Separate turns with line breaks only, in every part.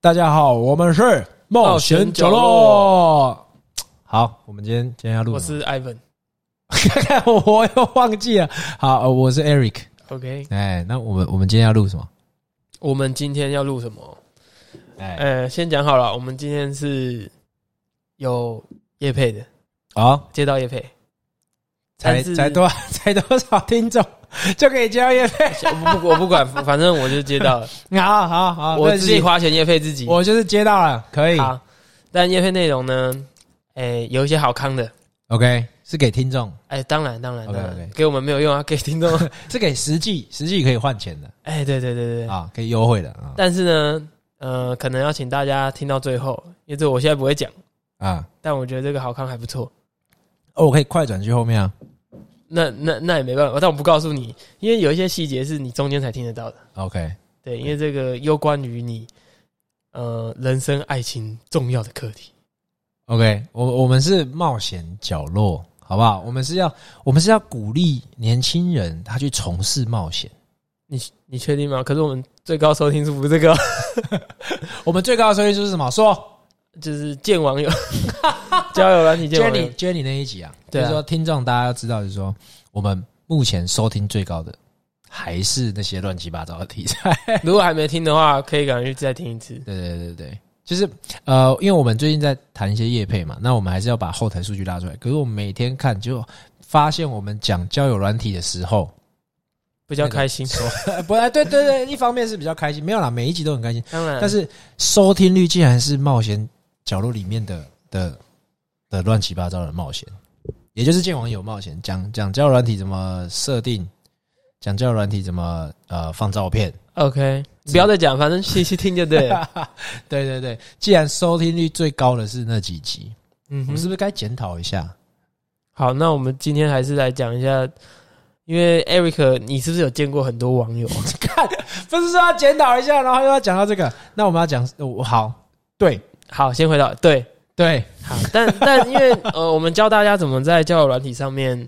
大家好，我们是
冒险角落
落。好，我们今天今天要录
我
什么，
是 Ivan。
我 我又忘记了。好，呃我是 Eric。
OK，
哎，那我们我们今天要录什么？
我们今天要录什么？
哎，
呃，先讲好了，我们今天是有叶配的，
好，
接到叶配，
才
但是
才多 才多少听众 就可以交业费？
我不我不管，反正我就接到了，
好好 好，
我
那
自己
是
花钱叶配自己。
我就是接到了，可以。
好，但叶配内容呢，哎，有一些好康的，
OK，是给听众，
哎，当然当然
OK，
当
OK
然，给我们没有用啊，给听众，
是给实际实际可以换钱的
哎，对对对对，
啊，可以优惠的啊
但是呢，呃，可能要请大家听到最后，因为这我现在不会讲，
啊。
但我觉得这个好康还不错。
哦，我可以快转去后面啊。
那那那也没办法，但我不告诉你，因为有一些细节是你中间才听得到的。
OK，
对，因为这个攸关于你呃人生、爱情重要的课题。
OK，我我们是冒险角落，好不好？我们是要我们是要鼓励年轻人他去从事冒险。
你你确定吗？可是我们最高收听数不是这个，
我们最高的收益数是什么？说
就是见网 友交友软体见网友
Jenny。Jenny 那一集啊，
对啊
就是说听众大家要知道，就是说我们目前收听最高的还是那些乱七八糟的题材。
如果还没听的话，可以赶快去再听一次。
对对对对，就是呃，因为我们最近在谈一些业配嘛，那我们还是要把后台数据拉出来。可是我们每天看，就发现我们讲交友软体的时候，
比较开心，哦
不，哎对对对，一方面是比较开心，没有啦，每一集都很开心，
当然，
但是收听率竟然是冒险角落里面的的的乱七八糟的冒险，也就是见网友冒险，讲讲交友软体怎么设定，讲交友软体怎么呃放照片，
OK，你不要再讲，反正细细听就对 了。
对对对，既然收听率最高的是那几集，
嗯
我
哼
们是不是该检讨一下？
好，那我们今天还是来讲一下，因为 Eric，你是不是有见过很多 网友？
不是说要检讨一下，然后又要讲到这个，那我们要讲我好，对
好，先回到对，
对，
好，但 但因为呃，我们教大家怎么在交友软体上面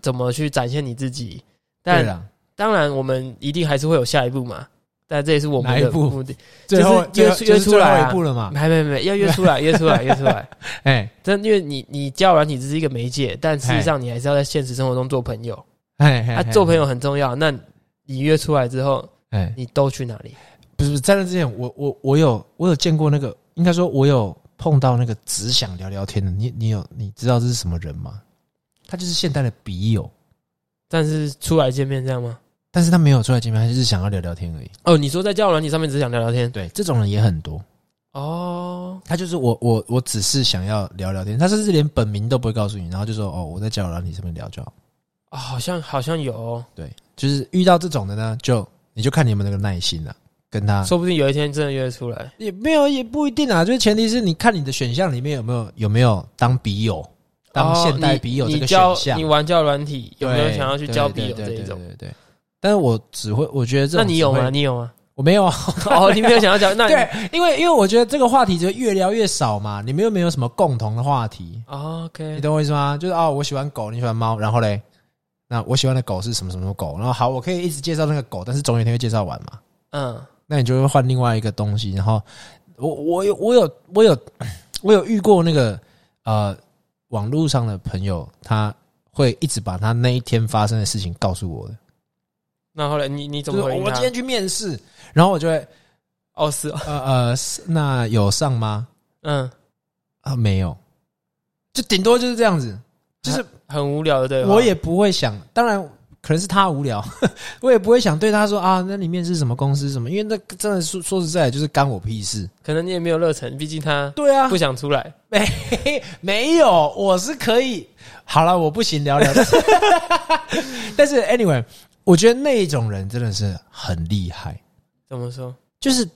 怎么去展现你自己，
对
但
了，
当然我们一定还是会有下一步嘛，但这也是我们
哪一
的
步
目的，
最后
就是约
最后
约出来啊
就是最后一步了嘛？
没没没，要约出来，约出来，约出来，
哎
但因为你你交友软体只是一个媒介，但事实上你还是要在现实生活中做朋友，
哎，
啊，
嘿
做朋，友很重要，那你约出来之后，
哎，
你都去哪里？
不是不是在那之前，我我我有我有见过那个，应该说我有碰到那个只想聊聊天的。你你有你知道这是什么人吗？他就是现代的笔友，
但是出来见面这样吗？
但是他没有出来见面，他就是想要聊聊天而已。
哦，你说在交友软体上面只是想聊聊天，
对，这种人也很多。
哦，
他就是我我我只是想要聊聊天，他甚至连本名都不会告诉你，然后就说哦我在交友软体上面聊就好。
哦好像好像有哦、
对，就是遇到这种的呢，就你就看你有没有那个耐心了、跟他
说不定有一天真的约得出来。
也没有也不一定啊，就是前提是你看你的选项里面有没有有没有当笔友，当
哦
现代
你
笔友这
你
个
教
选项，
你玩交友软体有没有
对
想要去交笔友
对
这
对
一
对
种？
对对对但是我只会，我觉得这
那
种
你有
只
吗？
会？
你有吗？
我没有啊。
哦，你没有想要交，那你
对，因为因为我觉得这个话题就越聊越少嘛，你们又没有什么共同的话题，
哦
你
OK，
懂我意思吗？就是哦，我喜欢狗，你喜欢猫，然后嘞，那我喜欢的狗是什么什么什么狗，然后好，我可以一直介绍那个狗，但是总有一天会介绍完嘛，
嗯，
那你就会换另外一个东西，然后我我有我有我有我有遇过那个呃网络上的朋友，他会一直把他那一天发生的事情告诉我的。
那后来你你怎
就是
么回应
我今
他？
天去面试，然后我就会
哦是哦，
呃呃，是那有上吗？
嗯，
啊，没有，就顶多就是这样子，就是
很无聊的对吧？啊
我也不会想，当然可能是他无聊， 我也不会想对他说啊，那里面是什么公司什么，因为那真的说说实在的，就是干我屁事。
可能你也没有热忱，毕竟他
对啊
不，想出来。
没有，我是可以。好了，我不行聊聊， 但是但是 anyway，我觉得那一种人真的是很厉害。
怎么说？
就是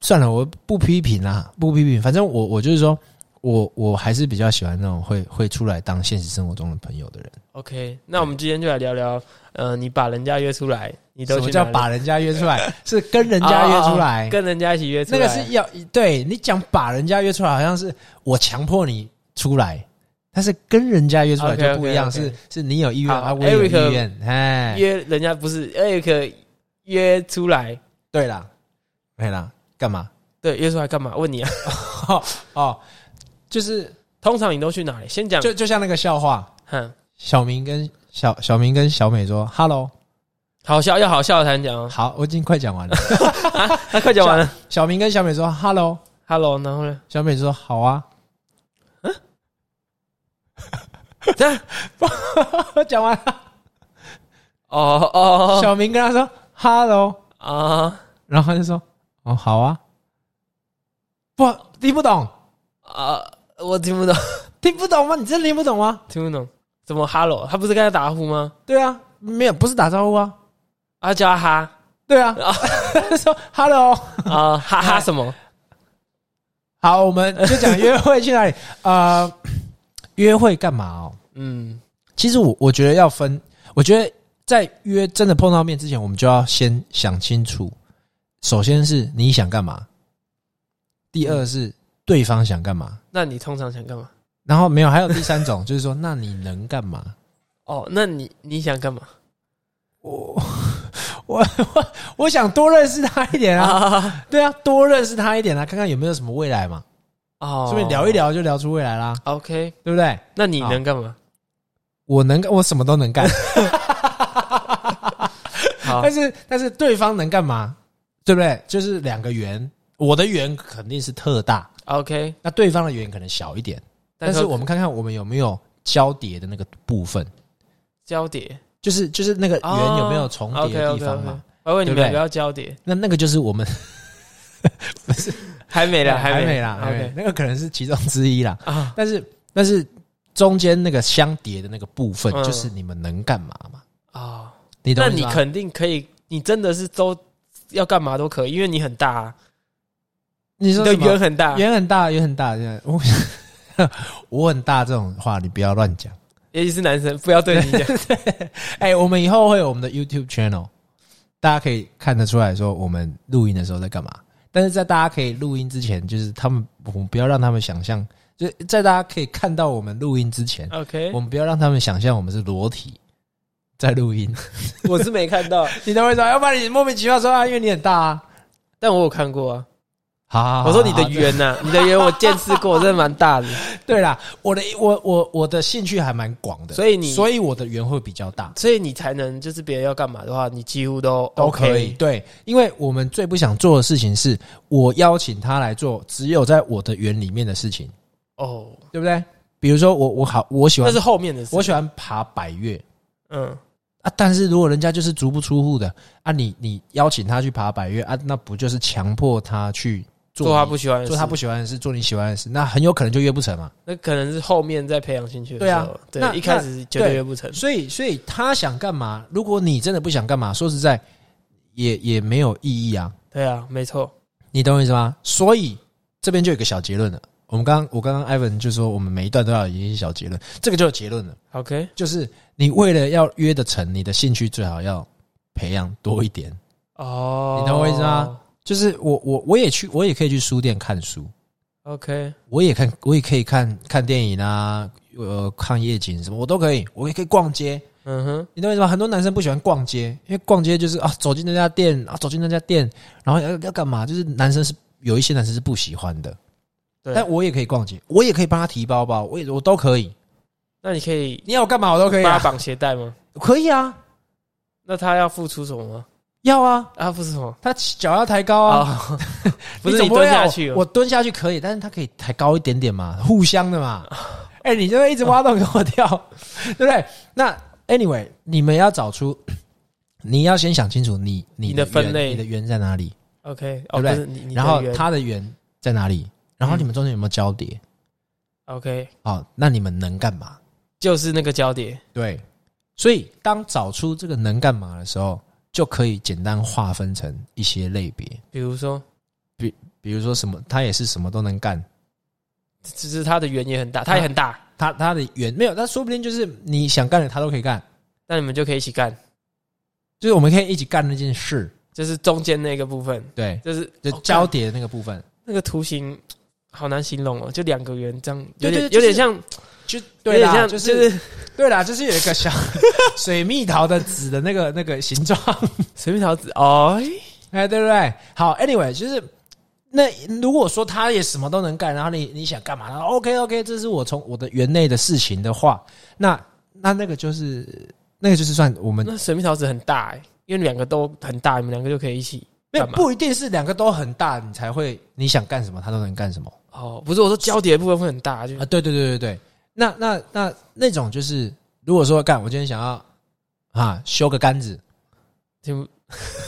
算了，我不批评啦、不批评，反正我我就是说我我还是比较喜欢那种会会出来当现实生活中的朋友的人。
OK，那我们今天就来聊聊，呃，你把人家约出来，你
什
都
么
去
叫
哪里
把人家约出来？是跟人家约出
哦哦
来
哦，跟人家一起约出
那
来？
个是要对你讲把人家约出来，好像是我强迫你出来。但是跟人家约出来就
OK，OK，
不一样
OK
是是你有意愿
好
啊，我也有
Eric
意愿，哎，
哎约人家不是 Eric 约出来，
对啦，对啦，干嘛？
对，约出来干嘛？问你啊。
哦，就是
通常你都去哪里？先讲，
就就像那个笑话，
哼，
小明跟小小明跟小美说 “hello”，
好笑要好笑才能讲哦。
好，我已经快讲 完了。
那快讲完了
小明跟小美说 “hello”，
，Hello，然后呢？
小美说“好啊
嗯 这样，”，
讲完了。
哦哦
小明跟他说 “hello”，
哦啊
然后他就说“哦，好啊”，不听不懂，
啊！我听不懂，
听不懂吗？你真的听不懂吗？
听不懂，怎么 Hello？他不是跟他打呼吗？
对啊，没有，不是打招呼啊，
啊，叫他哈
对啊， 说 “hello”。
啊哈哈什么？
好，我们就讲约会去哪 里？呃，约会干嘛哦？
嗯
其实我我觉得要分，我觉得在约真的碰到面之前，我们就要先想清楚，首先是你想干嘛，第二是对方想干嘛，
那你通常想干嘛？
然后没有还有第三 种就是说，那你能干嘛？
哦，那你你想干嘛？
我我我我想多认识他一点啊，
啊
对啊，多认识他一点啊，看看有没有什么未来嘛，
哦，
顺便聊一。聊就聊出未来啦，
OK，
对不对？
那你能干嘛？
我能干，我什么都能干，
好
但是但是对方能干嘛？对不对？就是两个圆，我的圆肯定是特大，
，OK，
那对方的圆可能小一点。但是我们看看我们有没有交叠的那个部分，
交叠
就是就是那个圆有没有重叠的
OK，OK，OK
地方嘛？
我问你
对不
们
对
不要交叠，
那那个就是我们
还没了，
还
没
没啦，还没
OK
那个可能是其中之一啦。
啊，
但是但是中间那个相叠的那个部分，
嗯
就是你们能干嘛嘛？
哦，
你懂
那
我意思
你
吗
肯定可以，你真的是都要干嘛都可以，因为你很大啊，
你
你
说
的
什么
圆很大，
圆很大，圆很大，这样我 我很大这种话你不要乱 讲。
尤其是男生，不要对你讲
哎、我们以后会有我们的 YouTube channel，大家可以看得出来说我们录音的时候在干嘛。但是在大家可以录音之前，就是他们，我们不要让他们想象，就是在大家可以看到我们录音之前，
OK，
我们不要让他们想象我们是裸体在录 音。
我是没看到，
你懂我意思吗？要不然你莫名其妙说啊，因为你很大啊。
但我有看过啊，
好好好
我说你的
好
圆呐，你的圆我见识过，真的蛮大的，
对啦，我的我我我的兴趣还蛮广的，
所以你
所以我的圆会比较大。
所以你才能就是别人要干嘛的话，你几乎都
都可以。，对，因为我们最不想做的事情是我邀请他来做只有在我的园里面的事情，
哦，
对不对？比如说我我好我喜
那
欢
是后面的事，
我喜欢爬百越
嗯。
啊，但是如果人家就是足不出户的啊，你你邀请他去爬百越啊，那不就是强迫他去做
做他
你
不喜欢的事，
做他不喜欢的事，做你喜欢的事，那很有可能就约不成嘛。
那可能是后面再培养兴趣的
对
时
啊
候，
那
对，一开始绝对约不成，
所以所以他想干嘛？如果你真的不想干嘛，说实在也也没有意义啊。
对啊，没错，
你懂我意思吗？所以这边就有一个小结论了。我们刚我刚刚 Ivan 就说，我们每一段都要有一些小结论，这个就有结论了，
OK，
就是你为了要约得成，你的兴趣最好要培养多一点。
哦，
你懂我意思吗就是我我我也去，我也可以去书店看书，
？OK，
我也看我也可以看看电影啊，呃，看夜景什么，我都可以，我也可以逛街。
嗯哼，
你懂我意思吗？很多男生不喜欢逛街，因为逛街就是啊，走进那家店啊，走进那家店，然后要要干嘛？就是男生是有一些男生是不喜欢的。
对，
但我也可以逛街，我也可以帮他提包包，我也我都可以。
那你可以
你要我干嘛我都可以、
帮他
啊，
绑鞋带吗？
可以啊，
那他要付出什么吗？
要啊，
啊，付出什么？
他脚要抬高啊，
哦，不是
总
你
会
蹲
让
下
我
去哦，
我蹲下去可以，但是他可以抬高一点点嘛，互相的 嘛。哎、你就会一直挖洞给我跳， 对不对？那 anyway，你们要找出，你要先想清楚你你
你的分
圆
类
你的圆在哪里，
OK，哦，不
对不对
是你，你的嗯
然后
圆
他的圆在哪里，然后你们中间有没有交叠？
OK
哦，那你们能干嘛？
就是那个交叠，
对，所以当找出这个能干嘛的时候，就可以简单划分成一些类别，
比如说，
比如说什么，他也是什么都能干，
只是他的圆也很
啊
大，他也很大，
他他的原没有，那说不定就是你想干的他都可以干，
那你们就可以一起干，
就是我们可以一起干那件事，
就是中间那个部分，
对，
就是
就
哦
交叠的那个部分，
那个图形好难形容哦，就两个圆这样，有
对对
点
就是
有点像，
就
有
对
点
啦，
像，
就
就是是
对啦，就是有一个小 水蜜桃的籽的那个那个形状，
水蜜桃子哦，哎
哎，对不对？好，anyway，就是那如果说他也什么都能干，然后你你想干嘛然后？OK OK，这是我从我的园内的事情的话，那那那个就是那个就是算我们
那水蜜桃子很大哎、因为两个都很大，你们两个就可以一起
没有
干嘛
不一定是两个都很大，你才会你想干什么他都能干什么
哦。不是我说交叠的部分会很大，就
啊？对对对对对，那那那那种就是如果说干，我今天想要啊修个杆子，
听不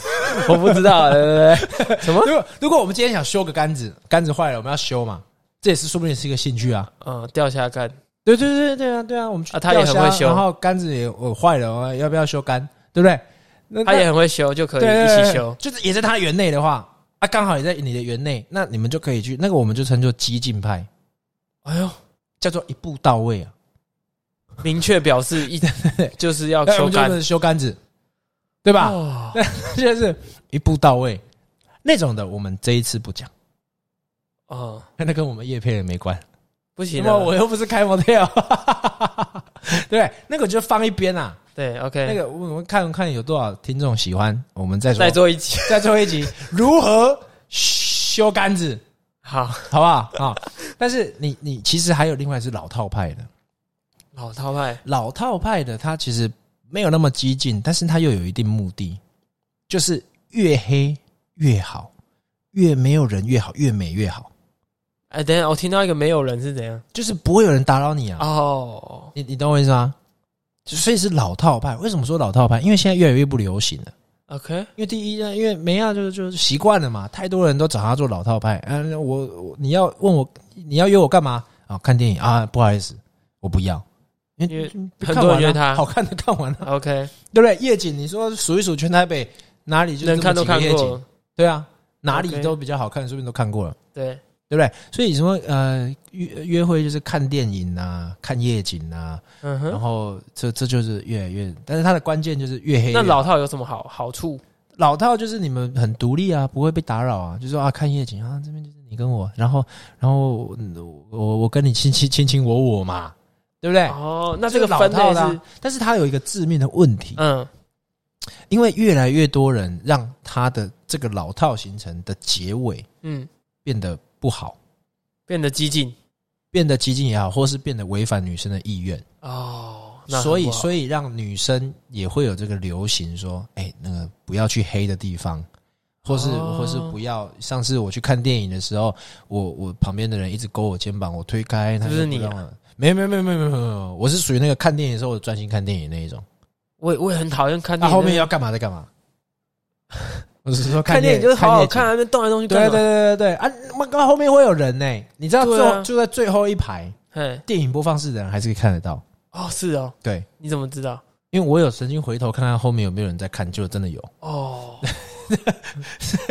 我不知道，对对对对，什么？
如果如果我们今天想修个杆子，杆子坏了我们要修嘛，这也是说不定是一个兴趣啊。
嗯，钓虾竿，
对对对对啊对啊，我们去
啊他也
钓虾
很会修
然后杆子也我坏了，我要不要修杆？对不对？那
他也很会修，就可
那
以
对
一
对对
起修。
就是也在他园内的话啊，刚好也在你的园内，那你们就可以去那个，我们就称作激进派，
哎呦，
叫做一步到位啊。
明确表 示一就是要
那我
修
们就
竿，
是修杆子，对吧？
哦
就是一步到位那种的，我们这一次不讲，
哦，
那跟我们叶配人没关。
不行
那
啊
么我又不是开 motel，对，那个就放一边啊。
对
那
，OK，
个我们看看有多少听众喜欢，我们 再说。
再做一期，
在最后一集如何修杆子，
好，
好不好啊？ 但是你你其实还有另外是老套派的，
老套派，
老套派的他其实没有那么激进，但是他又有一定目的，就是越黑越好，越没有人越好，越美越好，
哎，等一下，我听到一个没有人是怎样？
就是不会有人打扰你啊。
哦，
你你懂我意思吗？就所以是老套派。为什么说老套派？因为现在越来越不流行了。
OK，
因为第一呢，因为梅亚就是就是习惯了嘛，太多人都找他做老套派。嗯、我我你要问我你要约我干嘛啊？看电影啊？不好意思，我不要，因
因为
看
很多人
完了
约他
好看的看完了，
OK，
对不对？夜景你说数一数全台北哪里就
能看都看
夜景，
过，
对啊，哪里
OK
都比较好看，说不定都看过了。
对，
对不对？所以什么呃约约会就是看电影啊，看夜景啊，
嗯
然
哼。
后这这就是越来越，但是它的关键就是越黑越
那
好。
老套有什么好好处？
老套就是你们很独立啊，不会被打扰啊，就说啊看夜景啊，这边就是你跟我，然后然后嗯我我跟你亲亲亲亲我我嘛，对不对？
哦，那
那
这个
哎老
分
套
类
啦
是，
但是它有一个致命的问题，
嗯，
因为越来越多人让他的这个老套形成的结尾
嗯，
变得不好，
变得激进
变得激进也好，或是变得违反女生的意愿。
哦，
所以，
以
所以让女生也会有这个流行说，哎、那个不要去黑的地方，或是、
哦
或是不要。上次我去看电影的时候，我我旁边的人一直勾我肩膀，我推开，他
是不是你
让
啊
我没有没有没有没有没有没有没有，我是属于那个看电影的时候我专心看电影那一种。
我也我也很讨厌看
那、
电影，
啊后面要干嘛再干 嘛？我只是说
看
电
电
影
影就是好好看，
夜景。
那边动来动去
对
干
对
嘛？
对对对啊！妈刚后面会有人呢、你知道最
对
后、
啊
就在最后一排，
嘿，
电影播放室的人还是可以看得到。
哦，是哦，
对，
你怎么知道？
因为我有曾经回头看看后面有没有人在看，就真的有。
哦，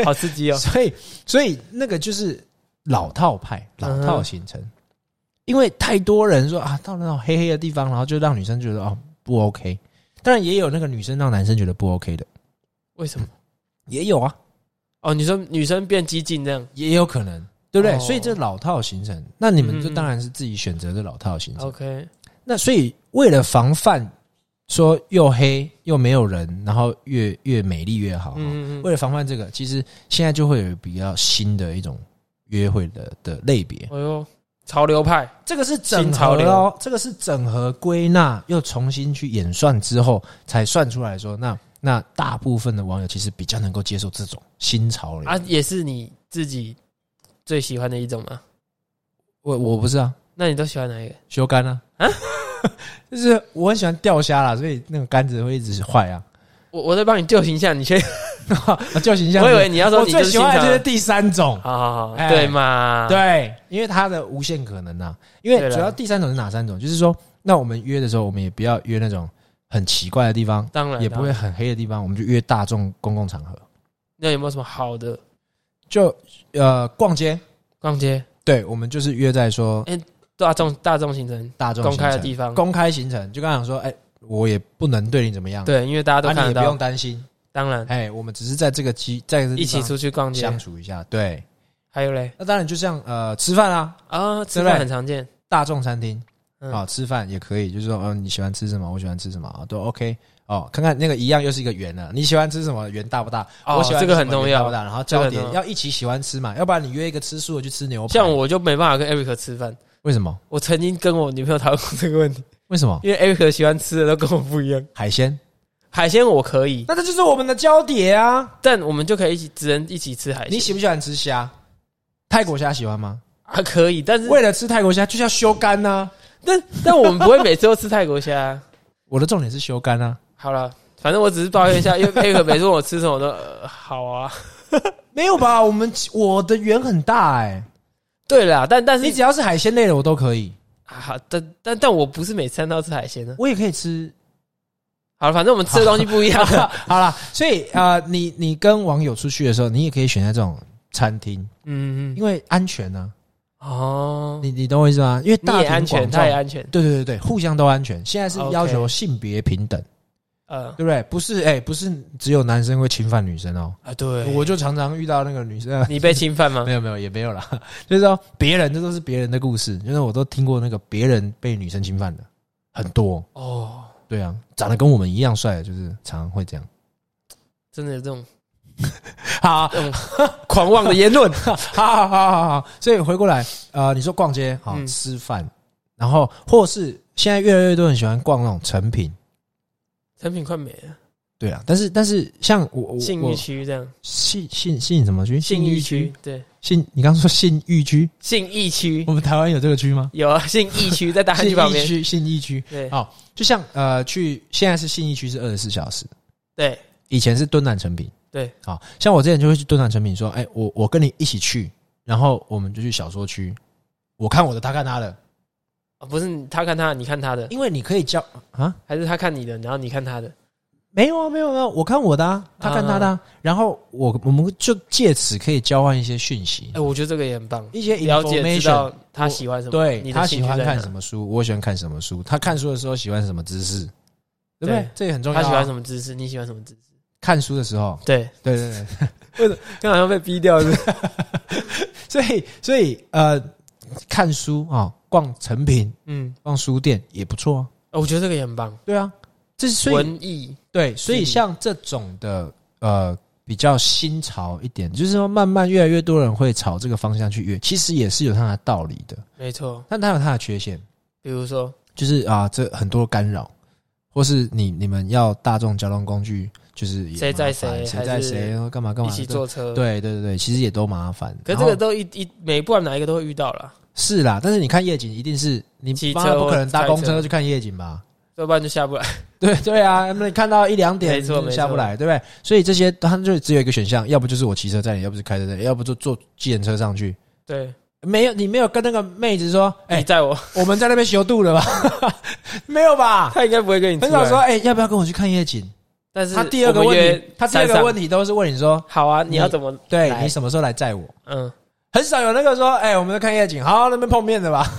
好刺激哦，
所以，所以那个就是老套派、
嗯
老套形成，因为太多人说啊，到那种黑黑的地方，然后就让女生觉得哦不 OK。当然也有那个女生让男生觉得不 OK 的，
为什么？
也有啊，
哦，你说女生变激进这样
也有可能，对不对？
哦
所以这老套形成，那你们就
嗯嗯嗯
当然是自己选择这老套形成。
，OK，
那所以为了防范说又黑又没有人，然后越越美丽越好，
嗯嗯嗯，
为了防范这个，其实现在就会有比较新的一种约会的的类别。
哎呦，潮流派，
这个是整
新
合
潮
哦
流，
这个是整合归纳，又重新去演算之后，才算出来说，那那大部分的网友其实比较能够接受这种新潮流
啊，也是你自己最喜欢的一种吗？
我我不是啊，
那你都喜欢哪一个？
修杆啊，
啊
就是我很喜欢钓虾啦，所以那个杆子会一直坏 啊。
我我在帮你救形象，你先，
啊就形象，
我以为你要说
我
你就
最
是
喜
欣
欢的
赏
就是第三种，
好好好，
哎
对嘛？，
对，因为它的无限可能啊。因为
啊对啦
主要第三种是哪三种？就是说，那我们约的时候，我们也不要约那种很奇怪的地方，
当然
也不
当
会啊
然。
很黑的地方，我们就约大众公共场合。
那有没有什么好的
就呃逛街，
逛街？
对我们就是约在说
大众大众行程
大众
哎公开的
行程
地方，
公开行程，就刚想说，哎、我也不能对你怎么样，，
对，因为大家都
啊、你
看
也
得
不用
到。
担心，
当然，
哎、我们只是在这个机在这个地
一
方
起出去逛街，
相处一下，对。
还有嘞
那当然就像呃吃饭啊，
啊，吃
对不对
饭很常见。
大众餐厅，
嗯
啊，吃饭也可以，就是说，嗯、你喜欢吃什么，我喜欢吃什么啊，都 OK 哦。看看那个一样又是一个圆了，你喜欢吃什么圆大不大？
哦
我喜欢
这个很重要
吃什么圆大不大？然后焦
这个
点
很重要
要一起喜欢吃嘛，要不然你约一个吃素的去吃牛排，
像我就没办法跟 Eric 吃饭。
为什么？
我曾经跟我女朋友讨论过这个问题，
为什么
因为 Eric 喜欢吃的都跟我不一样。
海鲜？
海鲜我可以，
那这就是我们的焦点啊！
但我们就可以一起，只能一起吃海鲜。
你喜不喜欢吃虾？泰国虾喜欢吗？
啊可以，但是
为了吃泰国虾，就是要修啊肝呐、
但但我们不会每次都吃泰国虾、
我的重点是修肝啊，
好了，反正我只是抱怨一下，因为 Eric 每次问我吃什么我都、呃、好啊。
没有吧？我们我的缘很大哎、
对啦，但但是
你只要是海鲜类的，我都可以，
啊，但但但我不是每餐都要吃海鲜的。
我也可以吃
好了，反正我们吃的东西不一样。
好啦，所以啊、呃你你跟网友出去的时候，你也可以选在这种餐厅，
嗯，嗯
因为安全呢、
哦，
你你懂我意思吗？因为
你
大
也
庭
安
广
全，哦
众
他也安全。
对对对对，互相都安全。现在是
OK
要求性别平等，
呃
对不对？不是哎、不是只有男生会侵犯女生哦。
啊，对，
我就常常遇到那个女生，
你被侵犯吗
没？有没有也没有啦， 就是说别人这都是别人的故事，因为我都听过那个别人被女生侵犯的很多。
哦，
对啊，长得跟我们一样帅的，就是常常会这样。
真的有这种
好，
狂妄的言论。
好好好好好，所以回过来，呃，你说逛街好、
嗯
吃饭，然后或是现在越来越多人喜欢逛那种成品，
产品快没了，
对啊，但是但是像我我
信
我
誉区这样，
信信信什么区？
信
誉
誉区对，
信，你刚刚说信誉区，
信义区
我们台湾有这个区吗？
有啊， 信义区在大安
信
区旁
义
边，
区，信义区，
对
好，就像呃，去现在是信义区是二十四小时，
对，
以前是敦南成品，
对，
好像我之前就会去敦南成品说，哎、我我跟你一起去，然后我们就去小说区，我看我的，他看他的，
哦不是他看他，你看他的，
因为你可以交啊。
还是他看你的，然后你看他的，
没有啊，没有没有，我看我的、啊，他看他的、啊，然后我我们就借此可以交换一些讯息，
哎，我觉得这个也很棒，
一些
了解知
information，
道他喜欢什么，
对
你的
他
兴
喜
趣
欢
在
看
哪
什么书，我喜欢看什么书，他看书的时候喜欢什么姿势，对不对
对？
这也很重要、
他
啊。
喜欢
么？
什么姿势，你喜欢什么姿势，
看书的时候，
对，
对对 对，
刚好像被逼掉是不是
所以所以呃，看书啊、逛成品、
嗯，
逛书店也不错啊，
哦我觉得这个也很棒，
对啊，这是所以
文艺，
对，所以像这种的呃比较新潮一点，就是说慢慢越来越多人会朝这个方向去约，其实也是有它的道理的，
没错，
但它有它的缺陷，
比如说
就是啊、这很多干扰，或是你你们要大众交通工具，就是也
谁在
麻烦
谁
谁
还
在
是
谁，然后干嘛干
一
嘛，
起
啊对
坐车，，
对对对对，其实也都麻烦。
可是
然
这
后
个都一一每不管哪一个都会遇到啦，
是啦，但是你看夜景一定是你
骑
妈
车
不可能搭
或
公
开
车
车
去看夜景吧？
要不然就下不来。
对对啊，那你看到一两点
没错
你下不来，对不对？所以这些他就只有一个选项，要不就是我骑车载你，要不就是开车载你，要不就
嗯
坐计程车上去。
对，
没有，你没有跟那个妹子说，哎、
你载我，
我们在那边修度了吧？ 没有吧？
他应该不会跟你出
很
来
少说，，哎、要不要跟我去看夜景？
但是
他第二个
我们
问题
约，
他第二
山
个
上
问题都是问你说，
好啊，
你
你要怎么
对
来
你什么时候来载我？
嗯？
很少有那个说，哎、我们在看夜景，好，那边碰面的吧？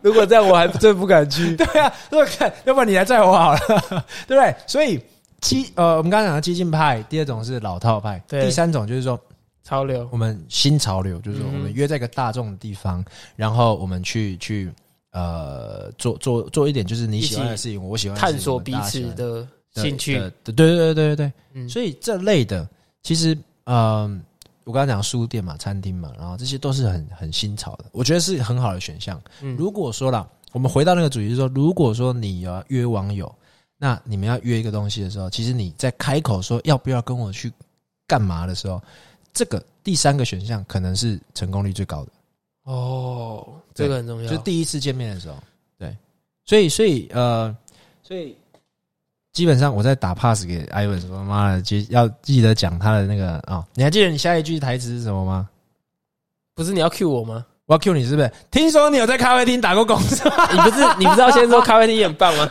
如果这样，我还真不敢 去。
对啊，如果看，要不然你来载我好了， 对不对？所以激呃，我们刚刚讲的激进派，第二种是老套派，
对
第三种就是说
潮流
我们新潮流，就是说
嗯哼
我们约在一个大众的地方，然后我们去去呃做做做一点就是你喜欢的事情，我喜欢的事情
探索
我们
彼
大家喜
此
欢
的
的
兴趣，
的的对对对对对
嗯，
所以这类的其实嗯。我刚刚讲书店嘛、餐厅嘛，然后这些都是很很新潮的，我觉得是很好的选项。
嗯
如果说啦，我们回到那个主题，就是说，如果说你要约网友，那你们要约一个东西的时候，其实你在开口说要不要跟我去干嘛的时候，这个第三个选项可能是成功率最高的，
哦，
对
这个很重要。
就是第一次见面的时候。对，所以所以呃，所以基本上我在打 pass 给艾文说，妈的，记要记得讲他的那个啊、你还记得你下一句台词是什么吗？
不是你要 cue 我吗？
我要 Q 你是不是？听说你有在咖啡厅打过工，
你不是你不是要先说咖啡厅也 很棒吗？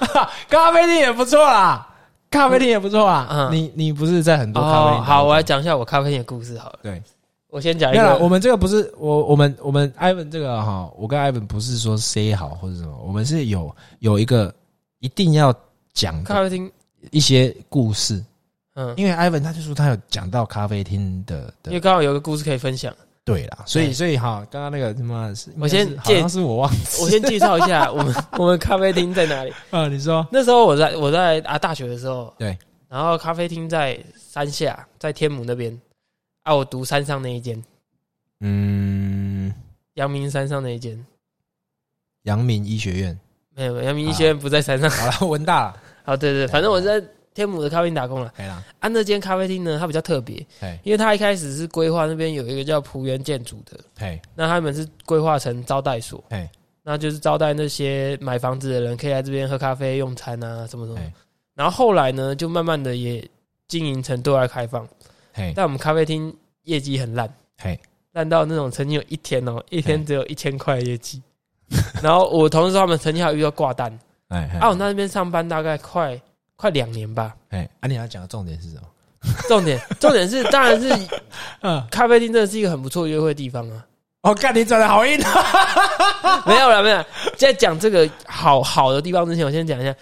咖啡店也不错啦，咖啡店也不错啦。
嗯
你你不是在很多咖啡
哦，
店？
好，我来讲一下我咖啡店的故事好了。
对，
我先讲一
没有啦，我
个，
们这个不是我我们我们 Ivan 这个哈，我跟 Ivan 不是说 say 好或者什么，我们是有有一个一定要讲
咖
的
啡厅，
一些故事，
嗯，
因为 Ivan 他就说他有讲到咖啡厅的
因
的
为刚好有个故事可以分享。
对啦，所以
对
所以哈，刚刚那个他妈是，
我
应
先
该是好
借
像是我忘
我先介绍一下我 们我们咖啡厅在哪里。
啊， 你说
那时候我在我在啊大学的时候，
对，
然后咖啡厅在山下，在天母那边啊，我读山上那一间，
嗯，
阳明山上那一间，
阳明医学院，
没有没有阳明医学院不在山上。
好了，文大啦，
好，啊对对，对反正我在天母的咖啡厅打工了。
可以啦，
啊，那间咖啡厅呢，它比较特别，
嘿，
因为它一开始是规划那边有一个叫浦园建筑的，
嘿，
那他们是规划成招待所
嘿，
那就是招待那些买房子的人可以来这边喝咖啡、用餐啊，什么什么
嘿。
然后后来呢，就慢慢的也经营成对外开放，
嘿，
但我们咖啡厅业绩很烂，
嘿，
烂到那种曾经有一天哦、一天只有一千块的业绩。然后我同事说他们曾经还遇到挂单，
哎，嘿
啊，我，那边上班大概快快两年吧。
哎，啊，你要讲的重点是什么？
重点重点是，当然是
嗯，
咖啡厅真的是一个很不错的约会地方啊。
我看哦你转的好硬啊，
没有了，没有啦。在讲这个好好的地方之前，我先讲一下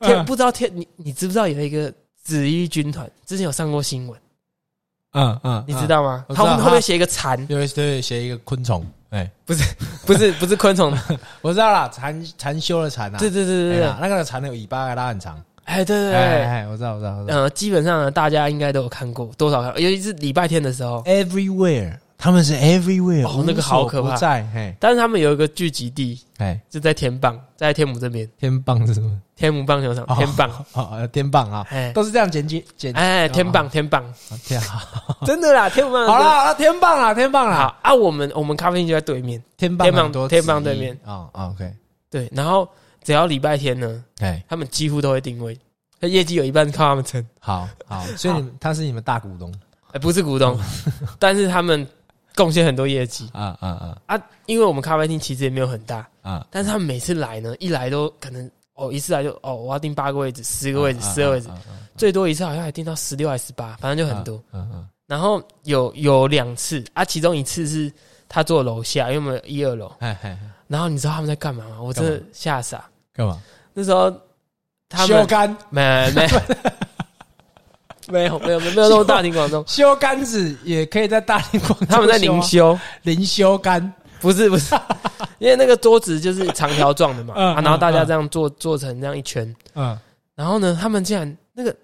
天，
嗯
不知道天，你你知不知道有一个紫衣军团？之前有上过新闻，
嗯嗯，
你知道吗？
我知
他
道
们
他
后面写一个蝉，
有对写一个昆虫，哎，
不是不是昆 虫，
我知道啦，禅禅修的禅啊，
对对对对
哎
对
呀，，那个蝉的尾巴拉很长，
哎对对
哎
对，
哎，哎我知道，我知道，我知道。
呃，基本上呢，大家应该都有看过，多少看过，尤其是礼拜天的时候。
Everywhere，他们是 Everywhere，
哦那个好可怕
无所不在，嘿，
但是他们有一个聚集地，
哎，
就在天棒，在天母这边，
天棒是什么？
天母棒球场
哦，
天棒，
哦，呃天棒啊，
哎
都是这样剪辑剪，
哎，天棒，天棒，
啊天 好，
真的啦，天母棒。
哦好啦，好啦天棒啦，天棒啦，
好啊，我们我们咖啡厅就在对面，
天棒
天棒
很多
天棒
子
对
音
面
啊啊，OK，
对，然后只要礼拜天呢，
哎，
他们几乎都会定位，那业绩有一半靠他们撑，
好好，所以你们他是你们大股东
哎、不是股东，
哦
但是他们贡献很多业绩
啊啊啊
啊。因为我们咖啡厅其实也没有很大，
啊，
但是他们每次来呢，一来都可能哦，一次来就哦，我要订八个位置、十个位置、
啊
十二位置，，
啊啊
最多一次好像还订到十六还是十八，反正就很多。
啊嗯嗯，
然后有有两次啊，其中一次是他坐楼下，因为我们有一二楼。
哎哎，哎
然后你知道他们在干嘛吗？我真的
干
吓傻。
干嘛？
那时候他
修
们
杆，
没 没没有没有没有没有那么大庭广众
修杆子也可以在大庭广众修啊，
他们在灵修，
灵修杆，
不是 不是，因为那个桌子就是长条状的嘛，
嗯
啊，然后大家
嗯
这样做做成这样一圈，
嗯
然后呢，他们竟然那个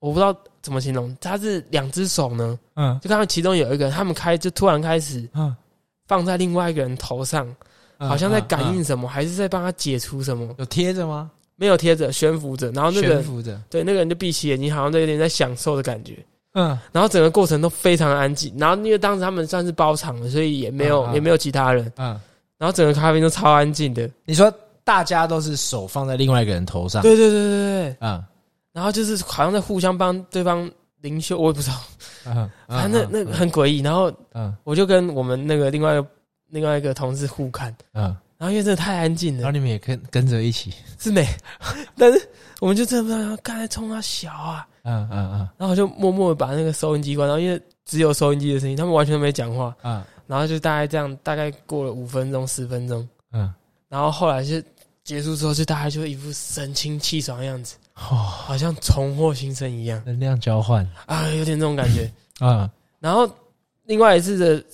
我不知道怎么形容，他是两只手呢，
嗯
就刚刚其中有一个人，他们开就突然开始
嗯，
放在另外一个人头上，
嗯
好像在
嗯
感
嗯
应什么，还是在帮他解除什么，
有贴着吗？
没有贴着悬浮着，然后那个
悬
人
浮着，
哦对那个人就闭起眼睛，好像在有点在享受的感觉。
嗯，
然后整个过程都非常安静。然后因为当时他们算是包场了，所以也没有、
嗯嗯
也没有其他人。
嗯，
然后整个咖啡厅都超安静的。
你说大家都是手放在另外一个人头上，
对对对对对。
嗯，
然后就是好像在互相帮对方灵修，我也不知道，
嗯，
反
嗯
正那那很诡异。然后
嗯
我就跟我们那个另外一个另外一个同事互看，
嗯，
然后因为真的太安静
然后
了，
你们也跟跟着一起，
是没， 但是我们就真的不知道刚才冲他小啊。
嗯嗯
然后我就默默地把那个收音机关，然后因为只有收音机的声音，他们完全都没讲话。
嗯
然后就大概这样，大概过了五分钟十分钟。
嗯
然后后来就结束之后，就大家就一副神清气爽的样子，
嗯，哦，
好像重获新生一样
能量交换，
啊，有点这种感觉。
嗯
然后另外一次的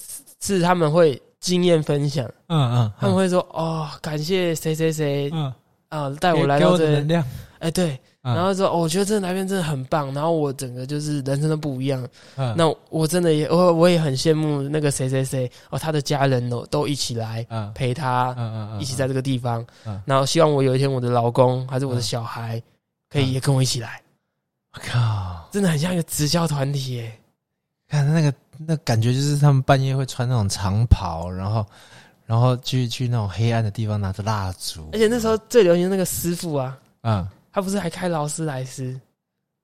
是他们会经验分享，
嗯嗯，
他们会说哦，感谢谁谁谁
嗯，
啊带我来
给
到
我
这
的
里
能，量，
哎对，
嗯
然后说哦，我觉得这来宾真的很棒，然后我整个就是人生都不一样。
嗯
那我真的也我我也很羡慕那个谁谁谁哦，他的家人哦都一起来
嗯
陪他
嗯，嗯嗯，
一起在这个地方
嗯，
然后希望我有一天我的老公还是我的
嗯
小孩可以也跟我一起来，
我靠，
真的很像一个直销团体耶。
看那个那感觉就是他们半夜会穿那种长袍，然后然后去去那种黑暗的地方拿着蜡烛，
而且那时候最流行那个师傅啊，
嗯。
他不是还开劳斯莱斯，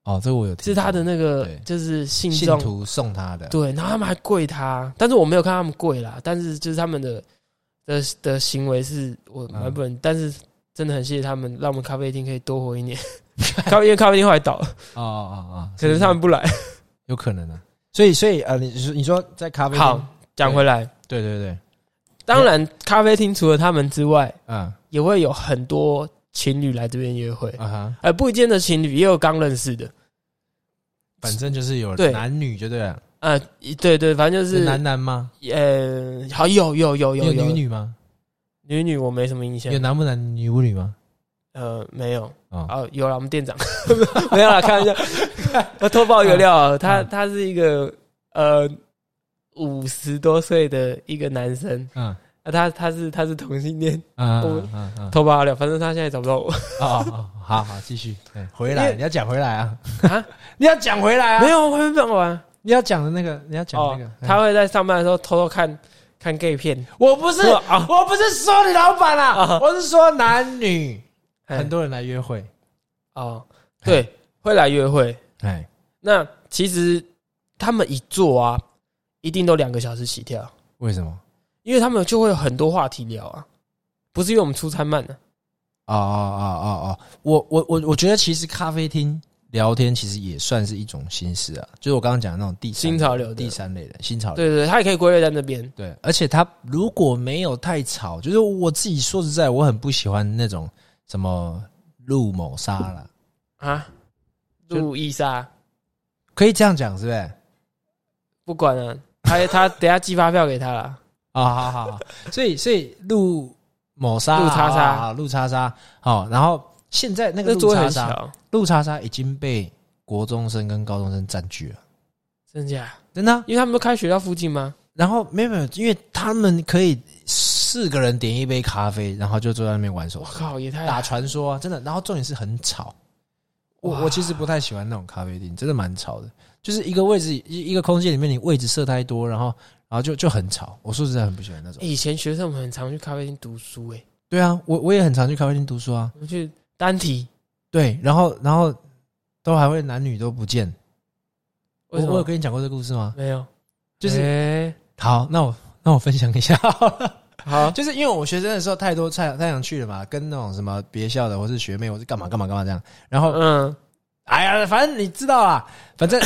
哦，这我有听
是他的那个
对
就是信
信
众，
徒送他的，
对，然后他们还跪他，但是我没有看他们跪啦，但是就是他们的的的行为是我
嗯
蛮不能，但是真的很谢谢他们，让我们咖啡厅可以多活一年。 咖啡因为咖啡厅后来倒了，
哦哦哦，
可能他们不来。
有可能啊。所以，所以呃，你说你说在咖啡厅
好，讲回来，
对对对，
当然咖啡厅除了他们之外，
嗯
也会有很多情侣来这边约会，
啊哈，
呃，不一定的情侣，也有刚认识的。
反正就是有
对
男女就对了，
呃，对对，反正就是是
男男吗？
呃，好有有有
有
有
女
有
女吗？
女女，我没什么印象
有。男不男女不女吗？
呃，没有
哦，
啊，有了我们店长 没有啦，开玩笑，要偷爆一个料啊，他
嗯
他是一个呃五十多岁的一个男生，
嗯
啊，他他是他是同性恋，
嗯
我
嗯嗯嗯，
偷爆料，反正他现在找不到我
哦哦，哦好好继续，对回
因
来
为
你要讲回来啊，
啊，
你要讲回来啊，
没有，我还没讲完
你要讲的那个，你要讲的
哦
那个，，嗯
他会在上班的时候偷偷看看 gay 片，
我不是
是啊
我不是说你老板啦，
啊
我是说男女
哎
很多人来约会，
哦，对，会来约会，
哎，
那其实他们一做啊，一定都两个小时起跳，
为什么？
因为他们就会有很多话题聊啊，不是因为我们出餐慢啊呢、
哦哦哦哦哦，我我我我觉得其实咖啡厅聊天其实也算是一种心思啊，就是我刚刚讲的那种第三
新潮流的
第三类的新潮流。
对对对，他也可以归类在那边。
对，而且他如果没有太吵，就是我自己说实在，我很不喜欢那种什么陆某杀啦，
啊，
就
路易莎，
可以这样讲是不是？
不管了、他他等下寄发票给他啦。
啊、好好好， 所以所以陆某杀啊、
陆叉
啊
叉
啊陆叉叉，好、然后现在那个
那
陆
桌
叉
很
叉，
小，
陆叉叉已经被国中生跟高中生占据了，
真假？
真的啊、
因为他们都开学校附近吗？
然后没有没有，因为他们可以四个人点一杯咖啡，然后就坐在那边玩手
我
机。
靠，也太
打传说啊，真的。然后重点是很吵，
哇
我我其实不太喜欢那种咖啡厅，真的蛮吵的。就是一个位置一一个空间里面，你位置设太多，然后然后就就很吵。我说实在很不喜欢那种。
欸以前学生我们很常去咖啡厅读书、欸，哎，
对啊，我我也很常去咖啡厅读书啊。
我们去单体，
对，然后然后都还会男女都不见。我
为什
我有
么
跟你讲过这个故事吗？
没有？
就是、
欸
好，那我那我分享一下 好了。
好，
就是因为我学生的时候太多太太想去了嘛，跟那种什么别校的或是学妹，我是干嘛干嘛干嘛这样。然后
嗯，
哎呀，反正你知道啦，反 正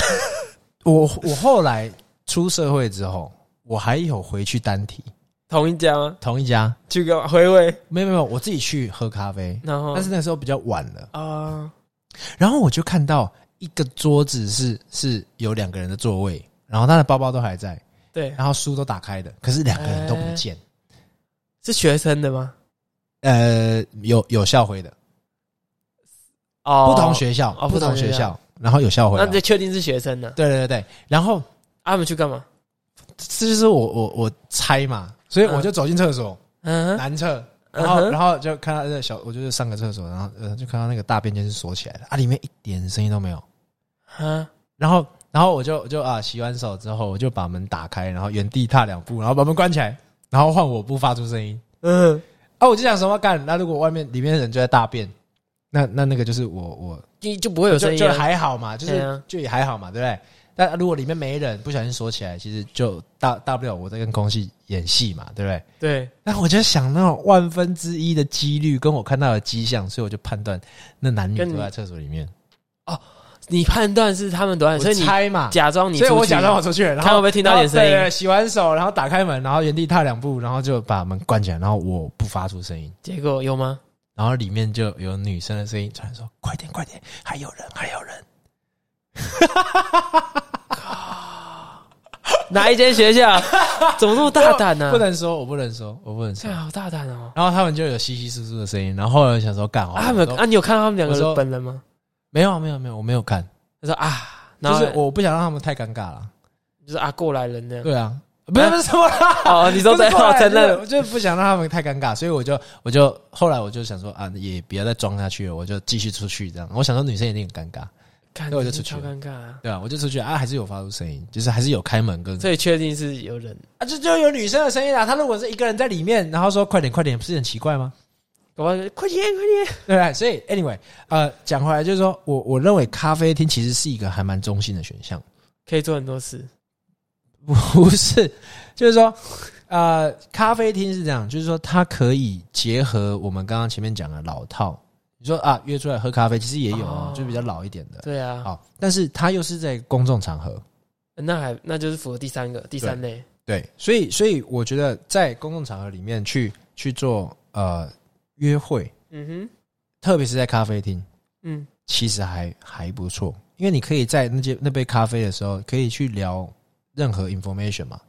我我后来出社会之后，我还有回去单体
同一家吗？
同一家，
去个回味，
没有没有，我自己去喝咖啡，
然后
但是那时候比较晚了，
啊，
然后我就看到一个桌子是是有两个人的座位，然后他的包包都还在，
对，
然后书都打开的，可是两个人都不见，
是学生的吗？哎
呃，有有校徽的，
哦
不同学校，
哦
不
不
同
同
学
学校
校，然后有校徽啊，
那就确定是学生了。
对对对对，然后
啊，他们去干嘛？
这就是我我我猜嘛，所以
嗯
我就走进厕所，
嗯哼，
男厕，
嗯
然后
哼
然后就看到那小，我就是上个厕所，然后呃就看到那个大便间是锁起来的，啊，里面一点声音都没有。
啊，
然后然后我就我就啊洗完手之后，我就把门打开，然后原地踏两步，然后把门关起来，然后换我不发出声音。
嗯，
啊，我就想什么干？那如果外面里面的人就在大便，那那那个就是我我
就就不会有声
就
音
就
啊。
还好嘛，就是、
对啊
就也还好嘛，对不对？但如果里面没人，不小心锁起来，其实就大大不了我在跟空气演戏嘛，对不对？
对，
那我就想那种万分之一的几率，跟我看到的迹象，所以我就判断那男女
跟
都
你
在厕所里面，
你判断是他们短，呃所以
我
你
猜嘛，
假装你出
所
去，
以我假装我出去了，然
看会
后
不会听到点声
然后对对
音，
对洗完手，然后打开门，然后原地踏两步，然后就把门关起来，然后我不发出声音，
结果有吗？
然后里面就有女生的声音传来说：“快点，快点，还有人，还有人。”
哪一间学 校？怎么那么大胆呢？
不能说，我不能说，我不能说
这。好大胆哦！
然后他们就有稀稀疏疏的声音，然后后来我想说干，好
啊，他们
哦我
有
说
啊，你有看到他们两个
我说
人本人吗？
没有没有没有，我没有看，
他说啊，然
就
后
是我不想让他们太尴尬了。
就是啊，过来人那样。
对啊，不是不是什么啦，
哦，你说
不
在
是过来
承
就是
认
我就是不想让他们太尴尬，所以我就我就后来我就想说啊，也不要再装下去了，我就继续出去这样。我想说女生一定很尴尬，
看
对我就出去
超
了
尴尬啊。
对啊，我就出去啊，还是有发出声音，就是还是有开门跟
所以确定是有人，
啊，就就有女生的声音啦。啊她如果是一个人在里面，然后说快点快点，不是很奇怪吗？
搞不好快点快点。
对不对？所以 anyway，呃，讲回来就是说我我认为咖啡厅其实是一个还蛮中性的选项，
可以做很多事，
不是，就是说，呃，咖啡厅是这样，就是说它可以结合我们刚刚前面讲的老套，你说啊约出来喝咖啡，其实也有哦，
哦
就比较老一点的，
对啊，
好，但是它又是在公众场合，
那还那就是符合第三个第三类，
对，所以所以我觉得在公众场合里面去去做呃约会，
嗯哼，
特别是在咖啡厅，
嗯，
其实还还不错，因为你可以在那些那杯咖啡的时候，可以去聊任何 information 嘛，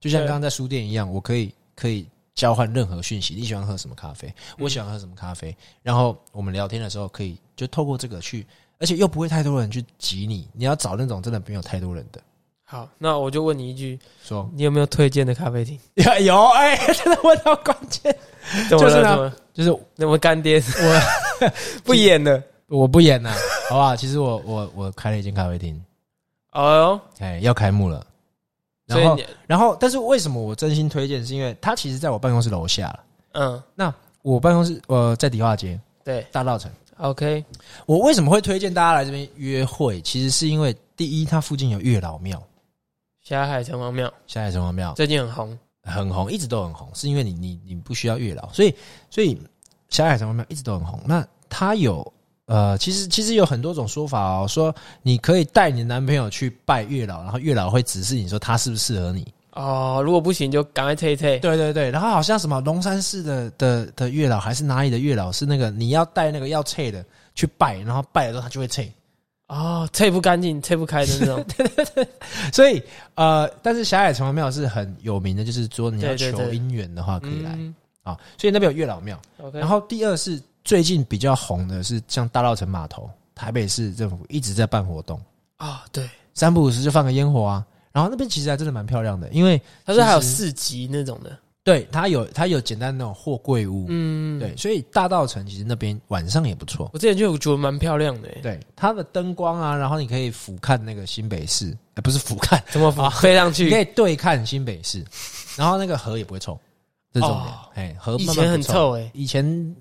就像
对
刚刚在书店一样，我可以可以交换任何讯息。你喜欢喝什么咖啡？我喜欢喝什么咖啡？然后我们聊天的时候，可以就透过这个去，而且又不会太多人去挤你。你要找那种真的没有太多人的。
好，那我就问你一句，
说
你有没有推荐的咖啡厅？
有哎、 真的问到关键，
怎么
就是
了？
呢
怎么了？
就是
那我干爹
我
不演了。
我不演了、 好不好？其实我我我开了一间咖啡厅，
哦
哎，要开幕了。
哟，所
然后
以你
然后，但是为什么我真心推荐？是因为它其实在我办公室楼下了。
嗯，
我办公室呃在迪化街
对
大道城。
，OK，
我为什么会推荐大家来这边约会？其实是因为第一，它附近有月老庙、
霞海城隍庙
下海城隍庙，
最近很红，
很红，一直都很红，是因为你你你不需要月老，所以所以小海城隍庙一直都很红。那它有呃，其实其实有很多种说法哦，说你可以带你的男朋友去拜月老，然后月老会指示你说他适不适合你。
哦，如果不行就赶快退一退。
对对对，然后好像什么龙山寺的的的月老还是哪里的月老是那个你要带那个要撤的去拜，然后拜了之后他就会撤。
哦，退不干净、退不开的那 种。
所以呃，但是霞海城隍庙是很有名的，就是说你要
对对
求
对
姻缘的话可以来
嗯
啊、所以那边有月老庙。
OK，
然后第二是最近比较红的是像大稻城码头，台北市政府一直在办活动，
啊，对，
三不五时就放个烟火啊。然后那边其实还真的蛮漂亮的，因为
他说还有
其实
市集那种的。
对它有它有简单那种货柜屋，
嗯，
对，，所以大稻城其实那边晚上也不错。
我之前就有觉得蛮漂亮的欸，
对它的灯光啊，然后你可以俯瞰那个新北市，呃、不是俯 瞰，
怎么
啊
飞上
你
去
可？以对看新北市，然后那个河也不会臭，这是重点
哦。
哎、河
以
慢慢
前
不
很
臭，
臭哎，
以前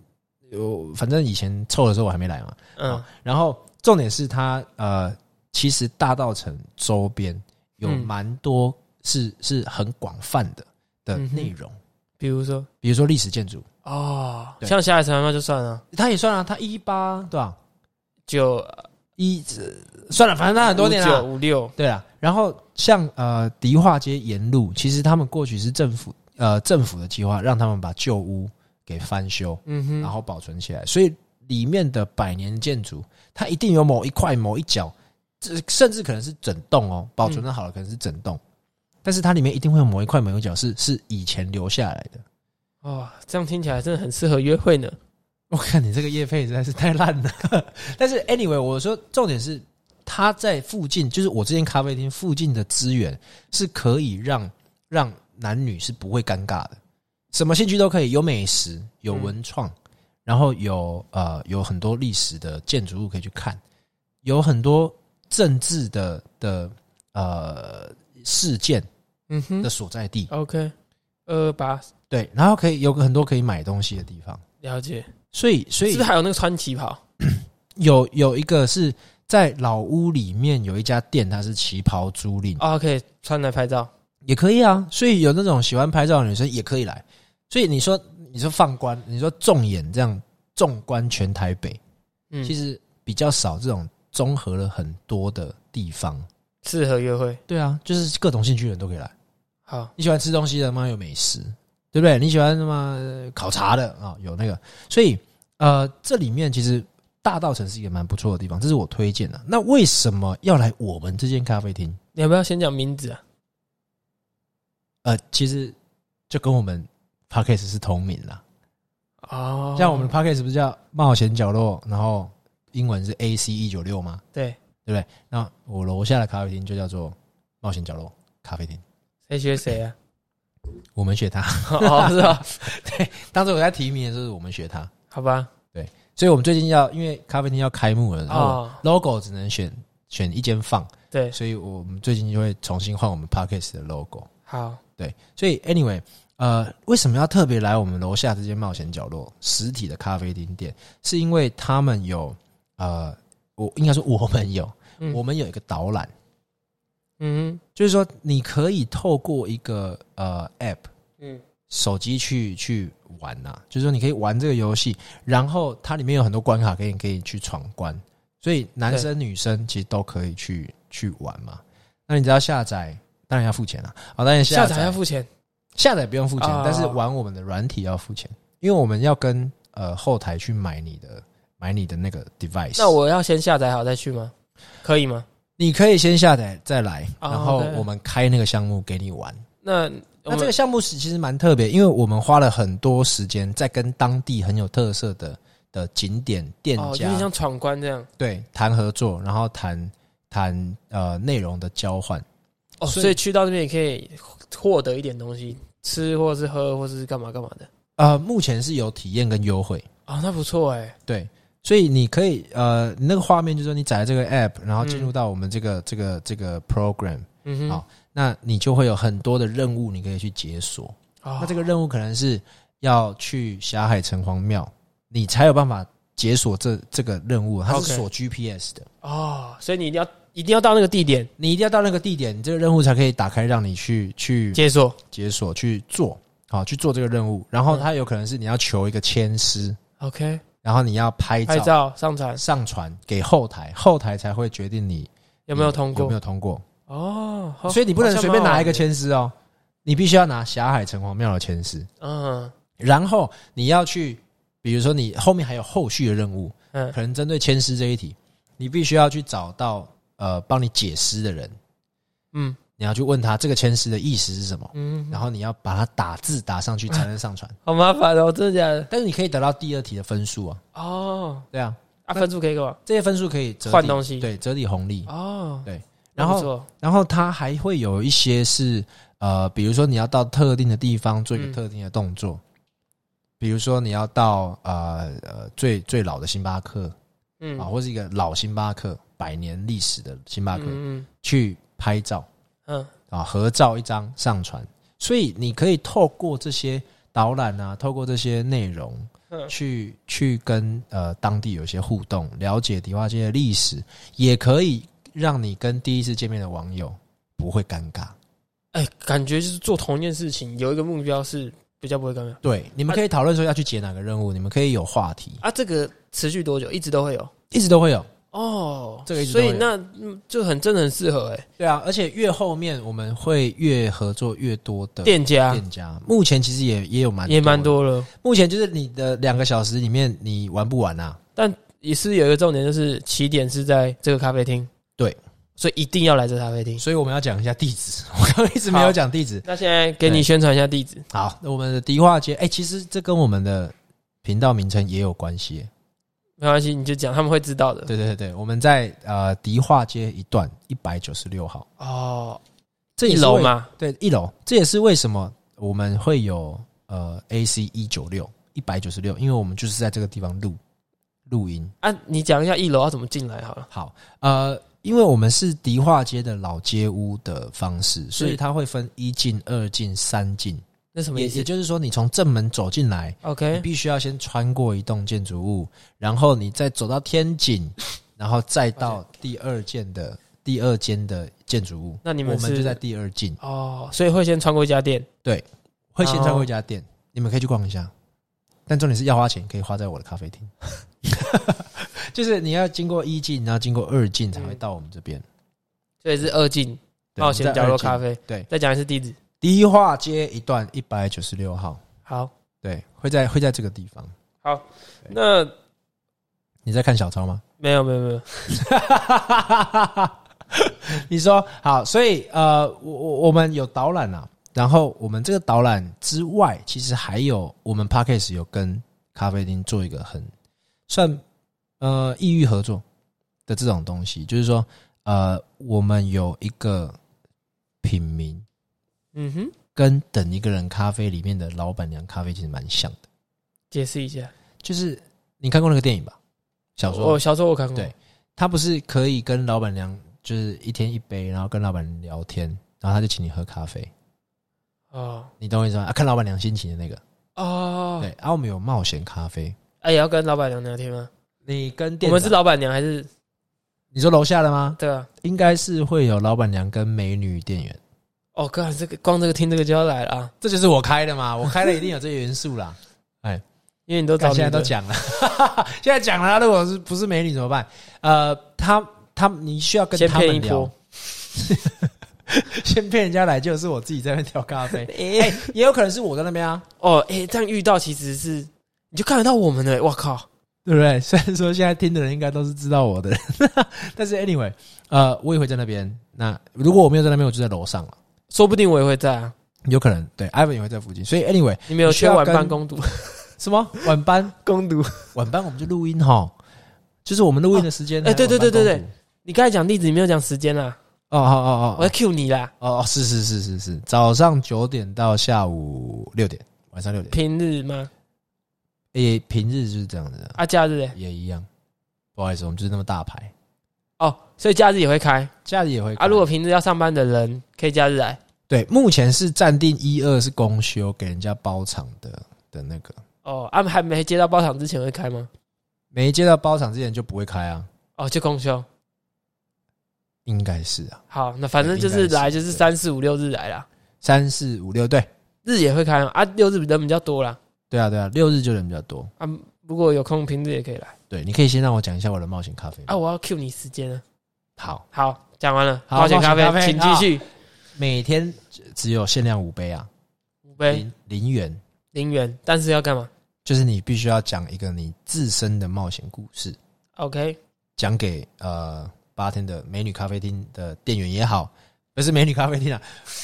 有反正以前臭的时候我还没来嘛，
嗯
啊，然后重点是它呃，其实大稻城周边有
嗯
蛮多是、是很广泛的的
嗯哼
内容，
比如说
比如说历史建筑，
哦，
对
像霞海城隍庙就算了，
它也算啊，它一八对吧？
就
一算了，反正它很多年
九
了。
五六，
对啊，然后像呃迪化街沿路，其实他们过去是政府呃政府的计划，让他们把旧屋给翻修，
嗯哼，
然后保存起来，所以里面的百年建筑，它一定有某一块某一角，这甚至可能是整栋哦，保存的好了可能是整
嗯
栋，但是它里面一定会有某一块某一角是是以前留下来的。
哦，这样听起来真的很适合约会呢。
我看你这个业配实在是太烂了， 但是 anyway，我说重点是它在附近，就是我这间咖啡厅附近的资源是可以让让男女是不会尴尬的，什么兴趣都可以，有美食，有文创，然后有呃有很多历史的建筑物可以去看，有很多政治的的呃事件
嗯
的
哼
所在地，
，OK，二八
对，然后可以有很多可以买东西的地方，
了解，
所以所以
是不是还有那个穿旗袍？
有有一个是在老屋里面有一家店，它是旗袍租赁，
哦，可以穿来拍照。
也可以啊。所以有那种喜欢拍照的女生也可以来。所以你说你说放观，你说纵眼这样纵观全台北，
嗯，
其实比较少这种综合了很多的地方。
适合约会。
对啊，就是各种兴趣的人都可以来。
好，
你喜欢吃东西的吗？有美食，对不对？你喜欢什么呃考察的啊、有那个，所以呃，这里面其实大道城是一个蛮不错的地方，这是我推荐的。那为什么要来我们这间咖啡厅？
你要不要先讲名字啊？
呃，其实就跟我们 podcast 是同名啦。
哦，
像我们的 podcast 不是叫冒险角落，然后英文是 A C 一九六吗？
对，
对不对？那我楼下的咖啡厅就叫做冒险角落咖啡厅，
谁学谁啊？
我们学它。
哦，是吧？
当时我在提名的时候，我们学它。
好吧，
所以我们最近要，因为咖啡厅要开幕了，然后
哦，
logo 只能选选一间放，
对，
所以我们最近就会重新换我们 Parkes 的 logo。
好，
对，所以 anyway，呃，为什么要特别来我们楼下这间冒险角落实体的咖啡厅店？是因为他们有呃，我应该说我们有，
嗯
我们有一个导览，
嗯
就是说你可以透过一个呃 app
嗯
手机去去玩呐、就是说你可以玩这个游戏，然后它里面有很多关卡可以可以去闯关，所以男生女生其实都可以去去玩嘛。那你只要下载，当然要付钱了。啊好，当然
下
下
载要
载
付钱
下载不用付钱，
哦
但是玩我们的软体要付钱，因为我们要跟呃后台去买你的买你的那个 device。
那我要先下载好再去吗？可以吗？
你可以先下载再来，
哦
然后
OK
我们开那个项目给你玩。
那我
那
们
这个项目是其实蛮特别，因为我们花了很多时间在跟当地很有特色的的景点店
哦，有
家、
点像闯关这样
对谈合作，然后谈谈呃内容的交换。
哦，
所以
所以去到那边也可以获得一点东西，吃或是喝或是干嘛干嘛的
呃，目前是有体验跟优惠，
哦，那不错哎，
对，所以你可以呃那个画面就是说你载了这个 app，然后进入到我们这个、这个这个 program，
嗯哼，
好那你就会有很多的任务你可以去解锁。
哦，
那这个任务可能是要去霞海城隍庙，你才有办法解锁这这个任务。它是
OK
锁 GPS 的，
哦，所以你一定要一定要到那个地点
你一定要到那个地点，你这个任务才可以打开，让你去去
解锁
解锁去做，好去做这个任务。然
嗯
后它有可能是你要求一个签师，
，OK，
然后你要拍
拍
照
照上传
上传给后台，后台才会决定你
有没有
嗯
通
有
过
没有？通过。
哦，好
所以你不能随便拿一个，
好
签师哦，你必须要拿霞海城隍庙的签师。
像蛮好玩的
然后你要去，比如说你后面还有后续的任务，
嗯嗯，
可能针对签师这一题，你必须要去找到呃帮你解诗的人，
嗯
你要去问他这个签诗的意思是什么，
嗯，
然后你要把它打字打上去才能上传。
好麻烦哦，真的假的？
但是你可以得到第二题的分数啊，
哦，
对啊，
啊，分数可以干嘛？
这些分数可以折抵
换东西
对，折抵红利。
哦，
嗯对
那
然
不
后
错
然后它还会有一些是呃，比如说你要到特定的地方做一个
嗯
特定的动作，比如说你要到呃呃最最老的星巴克
嗯
啊，，或是一个老星巴克百年历史的星巴克
嗯
去拍照。
嗯
啊，合照一张上传。所以你可以透过这些导览啊，透过这些内容
嗯
去去跟呃当地有一些互动，了解迪化街的历史，也可以让你跟第一次见面的网友不会尴尬。
哎，感觉就是做同一件事情，有一个目标是比较不会干嘛
对，你们可以讨论说要去解哪个任务，你们可以有话题，
啊。这个持续多久？一直都会有
一直都会有。
哦，
这个一直都
所
会有
以那嗯就很真的很适合哎，
对啊，而且越后面我们会越合作越多的
店家
店家，目前其实也也有蛮
啊也蛮
的。
多了，
目前就是你的两个小时里面，你玩不玩啊？
也是有一个重点，就是起点是在这个咖啡厅，
对，
所以一定要来这咖啡厅。
所以我们要讲一下地址， 我刚刚一直没有讲地址。
那现在给你宣传一下地址
好，那我们的迪化街，哎、其实这跟我们的频道名称也有关系。
没关系，你就讲，他们会知道的。
对对对对，我们在呃迪化街一段一百九十六号，
哦，
这
一
也是
楼
为？
嘛，
对，一楼，这也是为什么我们会有呃 AC 一九六一百九十六，因为我们就是在这个地方录录音。
啊，你讲一下一楼要怎么进来好了。
好，呃，因为我们是迪化街的老街屋的方式，所以
是
它会分一进、二进、三进，
那什么
也
意
也
思
就是说，你从正门走进来。你
？OK，
必须要先穿过一栋建筑物，然后你再走到天井， 然后再到第二间的第二间的建筑物。
那你
我
们
们
是
就在第二进，
哦，所以会先穿过一家店。
会先穿
然
过
后
一家店，你们可以去逛一下。但重点是要花钱，可以花在我的咖啡 厅。就是你要经过一进，然后经过二进才会到我们这边。
所以是二进
对
冒险角落咖，
我们在二进
啡。
对
再讲一次地址。
迪化街一段一百九十六号，
好，
对，会在会在这个地方。对
那
你在看小抄吗？
没有没有没有，
你说好，所以呃，我我我们有导览啊，然后我们这个导览之外，其实还有我们 p a c k a g e 有跟咖啡厅做一个很算呃异域合作的这种东西，就是说呃，我们有一个品名
嗯哼，
跟等一个人咖啡里面的老板娘咖啡其实蛮像的，
解释一下。
就是你看过那个电影吧？小说
哦，小说我看过。
对他不是可以跟老板娘就是一天一杯，然后跟老板娘聊天，然后他就请你喝咖啡，
哦
你懂我意思吗？啊，看老板娘心情的那个。
哦
对，，然后我们有冒险咖啡，
哎，也要跟老板娘聊天吗？
你跟
我
店
们是
长
老板娘还是
你说楼下的吗？
对啊？
应该是会有老板娘跟美女店员，
哦，哥，这个光这个听这个就要来了啊，
这就是我开的 嘛，我开的一定有这些元素啦。
因啊为你都找
但现在
女的
都讲了， 现在讲了，如果是不是美女怎么办？呃，他他你需要跟
先
他
骗一
们聊
波，，
先骗人家来，就是我自己在那边调咖 啡，哎也有可能是我在那边啊。
哦，哎、这样遇到其实是你就看得到我们了，哇靠！
对不对？ 虽然说现在听的人应该都是知道我的人，但是 anyway，呃，我也会在那边。那如果我没有在那边，我就在楼上了，
说不定我也会在啊。
有可能对，Ivan 也会在附近。所以 anyway，
你们有缺晚班攻读？
什么晚班？
攻读？
晚班我们就录音哈，就是我们录音的时间。
哦哎对对对对对，你刚才讲例子，你没有讲时间啦，
哦哦哦哦
我要 cue 你啦。
哦哦，是是是是是，早上九点到下午六点，晚上六点。
平日吗？
诶，平日就是这样子的，
啊，假日嘞？
也一样。不好意思，我们就是那么大牌，
哦，所以假日也会开
假日也会开
啊。如果平日要上班的人，可以假日来。
对，目前是暂定一二是公休，给人家包场的的那个，
哦，啊，还没接到包场之前会开吗？
没接到包场之前就不会开啊，
哦，就公休。
应该是啊，
好，那反正就是来就是
对
三四五六日来啦，
三四五六，对，
日也会开嘛啊，六日人比较多啦
对啊，对啊，六日就人比较多，
啊。如果有空，平日也可以来
对，你可以先让我讲一下我的冒险咖啡
啊。
吗
我要 cue 你时间了。
好，
好，讲完了，
好
冒险咖
冒险咖啡
请继续。
每天只有限量五杯啊，
五杯
零零元，
零元，但是要干嘛
就是你必须要讲一个你自身的冒险故事，
？OK，
讲给呃八天的美女咖啡厅的店员也好，不是美女咖啡厅啊，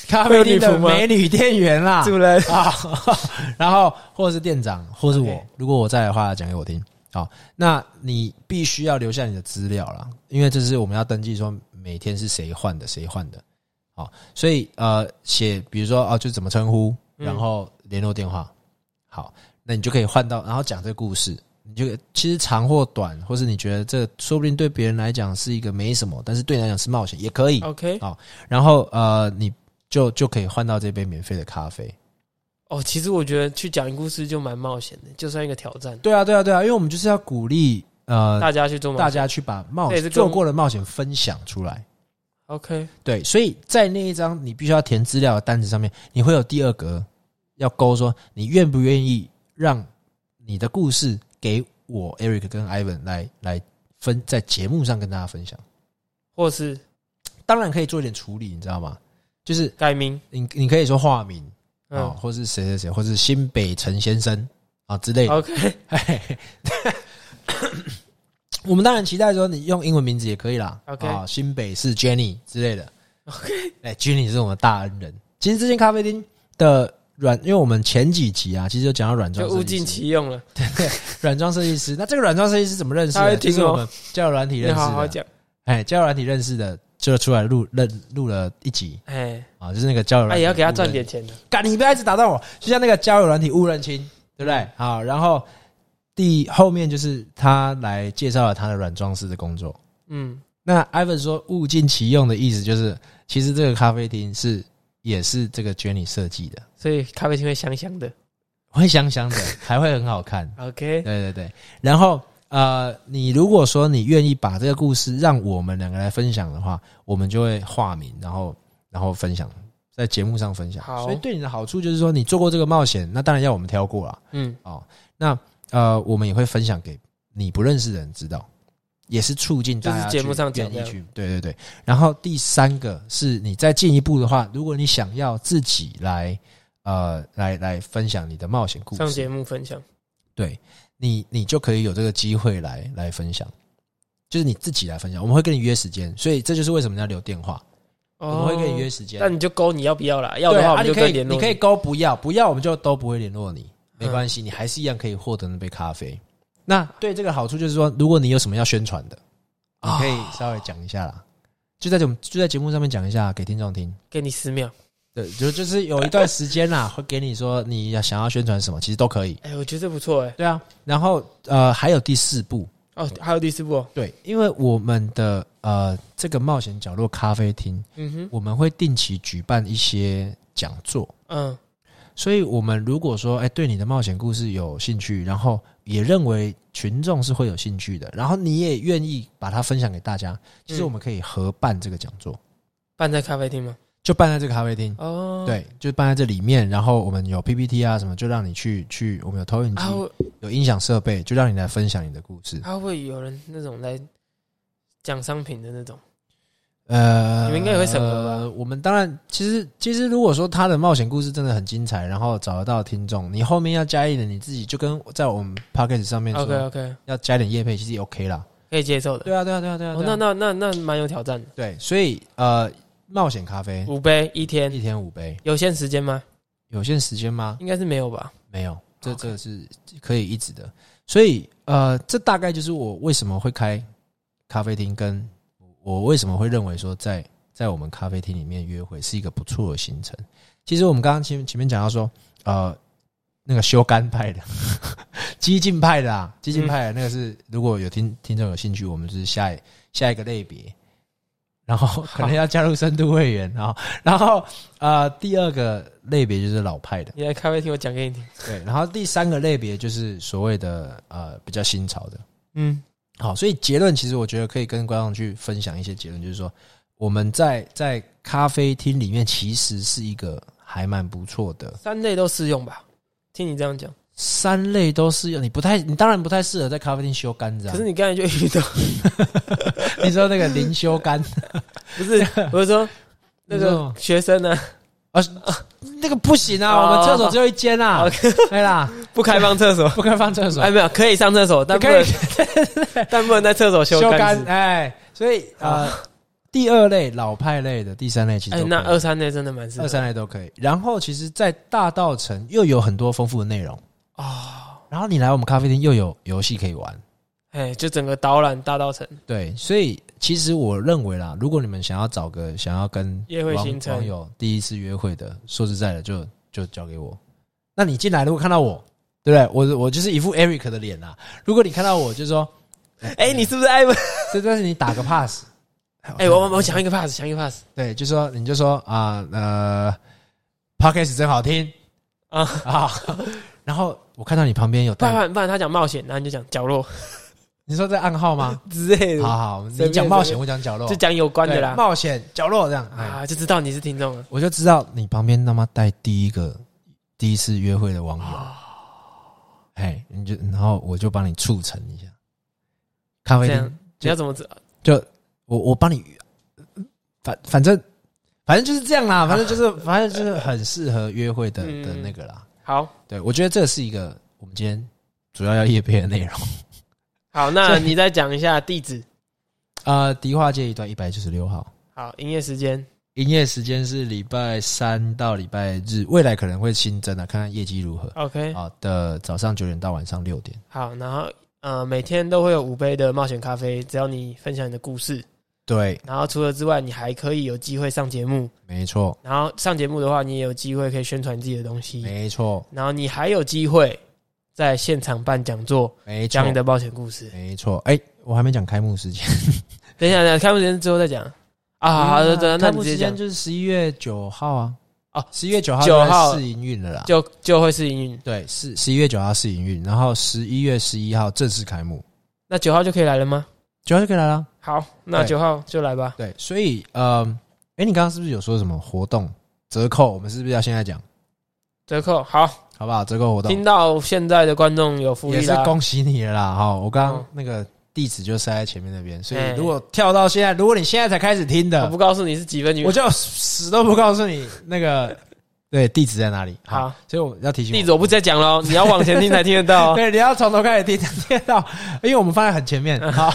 咖啡厅
会有
的
女仆吗
美女店员啦，
人
啊， 然后或是店长，或是我
OK
如果我在的话，讲给我听。好，那你必须要留下你的资料啦，因为这是我们要登记说每天是谁换的，谁换的。好，所以呃，写比如说啊，就怎么称呼，
嗯
然后联络电话。好，那你就可以换到，然后讲这个故事。你就其实长或短，或是你觉得这说不定对别人来讲是一个没什么，但是对你来讲是冒险，也可以。
OK，
然后呃，你就就可以换到这杯免费的咖啡。
哦，其实我觉得去讲故事就蛮冒险的，就算一个挑战，
对啊，对啊，对啊，因为我们就是要鼓励呃
大家去做嘛。
大家去把冒
这也是
险
跟
做过的冒险分享出来。
OK，
对，所以在那一张你必须要填资料的单子上面，你会有第二格要勾说你愿不愿意让你的故事给我 Eric 跟 Ivan 来来分在节目上跟大家分享。
或是
当然可以做一点处理，你知道吗？就是
改名，
你你可以说化名啊、
嗯
或是谁谁谁，或是新北陈先生啊之类的。
，OK，
嘿， 我们当然期待说你用英文名字也可以啦。
OK
啊，新北市 Jenny 之类的。OK，哎、j e n n y 是我们的大恩人。其实这间咖啡厅的软，因为我们前几集啊，其实就讲到软装
就
设
物
计
尽
师，
其用了。
软装设计师。那这个软装设计师怎么认识
他会
的？就
听
是
哦
我们交友软体
你
认识
好好
的。
讲，
哎，交友软体认识的，就出来录认录了一集
哎，
啊，就是那个交友
那
软体误认。
也要给他赚点钱的。
干，你不要一直打断我。就像那个交友软体误认亲，对不对？好，然后第后面就是他来介绍了他的软装师的工作。
嗯，
那 Ivan 说物尽其用的意思就是，其实这个咖啡厅是也是这个 Jenny 设计的，
所以咖啡厅会香香的。
会香香的，还会很好看。
OK，
对对对，然后。呃，你如果说你愿意把这个故事让我们两个来分享的话，我们就会化名，然后然后分享在节目上分享。
好
所以对你的好处就是说，你做过这个冒险，那当然要我们挑过啦。
嗯，
哦，那呃，我们也会分享给你不认识的人知道，也是促进大家
就是节目
去
上讲
愿意
这
去，对对对。然后第三个是你再进一步的话，如果你想要自己来呃来来分享你的冒险故
上节
事，
目分享。
对你你就可以有这个机会来来分享。就是你自己来分享，我们会跟你约时间，所以这就是为什么要留电话，我们会跟你约时间。
哦那你就勾你要不要啦，要
对
的话我
啊，
们
你
就
可
跟
以
联络。嗯
你可以勾不要，不要我们就都不会联络你，没关系，你还是一样可以获得那杯咖啡。那对这个好处就是说，如果你有什么要宣传的，你
啊
可以稍微讲一下啦，就在我们就在节目上面讲一下给听众听。
给你十秒。
对，就就是有一段时间啦，会给你说你要想要宣传什么，其实都可以。
哎，我觉得这不错哎。
对啊，然后呃，还有第四步，
哦，还有第四步哦。
对，因为我们的呃这个冒险角落咖啡厅，
嗯哼，
我们会定期举办一些讲座，
嗯，
所以，我们如果说，哎、对你的冒险故事有兴趣，然后也认为群众是会有兴趣的，然后你也愿意把它分享给大家，其实
嗯
我们可以合办这个讲座，
办在咖啡厅吗？
就办在这个咖啡厅，
哦，
对，就办在这里面。然后我们有 PPT 啊什么，就让你去去，我们有投影机，
啊，会
有音响设备，就让你来分享你的故事。
啊会有人那种来讲商品的那种。
呃，
你们应该也会审核吧
呃我们当然，其实其实如果说他的冒险故事真的很精彩，然后找得到听众，你后面要加一点你自己，就跟在我们 p o c k e t 上面
OK
说
OK，
要加点叶配，其实也 OK 啦。
可以接受的。
对啊，对啊，对啊，对啊。
哦，
对
那
啊
那那那蛮有挑战的，
对，所以呃，冒险咖啡
五杯一天，
一天五杯，
有限时间吗？
有限时间吗？
应该是没有吧？
没有，这
OK
这是可以一直的。所以呃，这大概就是我为什么会开咖啡厅，跟我为什么会认为说在在我们咖啡厅里面约会是一个不错的行程。其实我们刚刚前前面讲到说，呃，那个修干派的、 激进派的啊，激进派的那个是，如果有听听众有兴趣，我们就是下一下一个类别。然后可能要加入深度会员啊，然后呃，第二个类别就是老派的，
你来咖啡厅，我讲给你听。
对，然后第三个类别就是所谓的呃比较新潮的。
嗯，
好，所以结论其实我觉得可以跟观众去分享一些结论，就是说我们在在咖啡厅里面其实是一个还蛮不错的，
三类都适用吧？听你这样讲，
三类都适用。你不太，你当然不太适合在咖啡厅修杆子啊
可是。你刚才就遇到，
你说那个零修杆，
不是，我是说那
你说
个学生啊呢，
呃那个不行啊，
哦
我们厕所只有一间啊，对啦，
不 开放 厕所，
不可以放厕所
哎，。没有，可以上厕所，但不
可以
能，但不能在厕所修
修
杆
杆，
子。
哎，所以呃，第二类老派类的，第三类其实
哎
都，
那
可以
二三类真的蛮适
二
合
三类都可以。然后其实，在大道城又有很多丰富的内容，
啊！
然后你来我们咖啡厅又有游戏可以玩，
哎，就整个导览大道城，
对，所以其实我认为啦，如果你们想要找个想要跟
约会
网
行程
网友第一次约会的，说实在的，就就交给我。那你进来如果看到我，对不对？我我就是一副 Eric 的脸啊。如果你看到我，就说，
哎，你是不是艾文？
这但是你打个 pass。
哎，我我我想一个 pass，想一个 pass
对，就说你就说啊呃 p o d c a s t 真好听
啊！
啊，然后我看到你旁边有
不
带
然不然他讲冒险，然后你就讲角落
你说在暗号吗？
之类
好
的，
好，
哎随便
你讲冒险，我讲角落，
就讲有关的
对
啦
冒险角落这样。哎，
啊，就知道你是听众了。
我就知道你旁边他妈带第一个第一次约会的网友，
啊
哎，你就然后我就帮你促成一下咖啡
这
厅
样，你要怎么知？
我我帮你，反反正反正就是这样啦，反正就是反正就是很适合约会的
啊嗯
的那个啦。
好
对，我觉得这是一个我们今天主要要夜配的内容。
好，那你再讲一下地址。
呃，迪化街一段一百九十六号。
好，营业时间。
营业时间是礼拜三到礼拜日，未来可能会新增的、啊看看业绩如何。
OK，
好的，早上九点到晚上六点，
好，然后呃，每天都会有五杯的冒险咖啡，只要你分享你的故事。
对，
然后除了之外，你还可以有机会上节目。
没错，
然后上节目的话，你也有机会可以宣传自己的东西。
没错，
然后你还有机会在现场办讲座，
没
讲你
错，
的冒险故事。
没错。哎、我还没讲开幕时间
等一下，等一下，开幕时间之后再讲。 啊，好的，
对，
对，
嗯开
那你
幕
直
时
接
间
讲，
就是十一月九号啊，
哦
十一月九号
9号
就在试营运了啦。
就就会是营运。
对，是十一月九号试营运，然后十一月十一号正式开幕，
那九号就可以来了吗？
九号就可以来了。
好，那
对
九号就来吧。
对，所以呃，哎、你刚刚是不是有说什么活动折扣？我们是不是要现在讲？
折扣好，
好不好？折扣活动
听到现在的观众有福
也
利
是
啦。
恭喜你了啦！哈，我刚
嗯
刚那个地址就塞在前面那边，所
哎
以如果跳到现在，如果你现在才开始听
我
的
不，告诉你是几分几
啊我
分。
就死都不告诉你那个 对地址在哪里。好
好，
所以我要提醒
地址我不再讲喽，你要往前听才听得到 哦。
对，你要从头开始听，听得到，因为我们放在很前 面。好，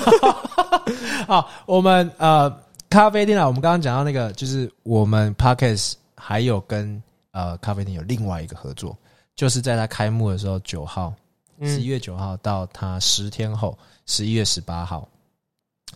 好，我们呃咖啡店啊，我们刚刚讲到那个，就是我们 Parkes 还有跟呃咖啡店有另外一个合作，就是在它开幕的时候九号，十一
嗯，
月九号到它十天后，十一月十八号，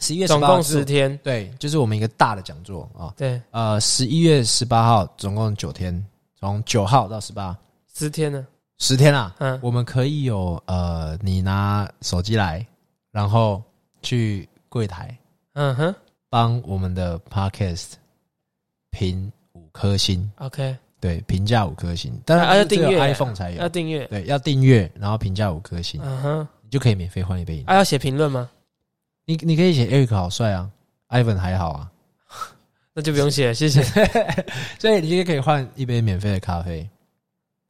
十一月
总
18
共
号
十
是，
天。
对，就是我们一个大的讲座啊。
对，
呃，十一月十八号总共九天，从九号到十八，
十天呢。
十天啊。
嗯，
我们可以有呃，你拿手机来，然后去柜台
嗯哼
帮我们的 podcast 评五颗星，
，OK，
对，评价五颗星。当然
啊要
这个
订阅
iPhone 才
要
有，
订阅。
对，要订阅，然后评价五颗星，
嗯哼，
你就可以免费换一杯饮料。
啊，要写评论吗？
你你可以写 Eric 好帅啊，Ivan 还好啊，
那就不用写了，谢谢。
所以你就可以换一杯免费的咖啡。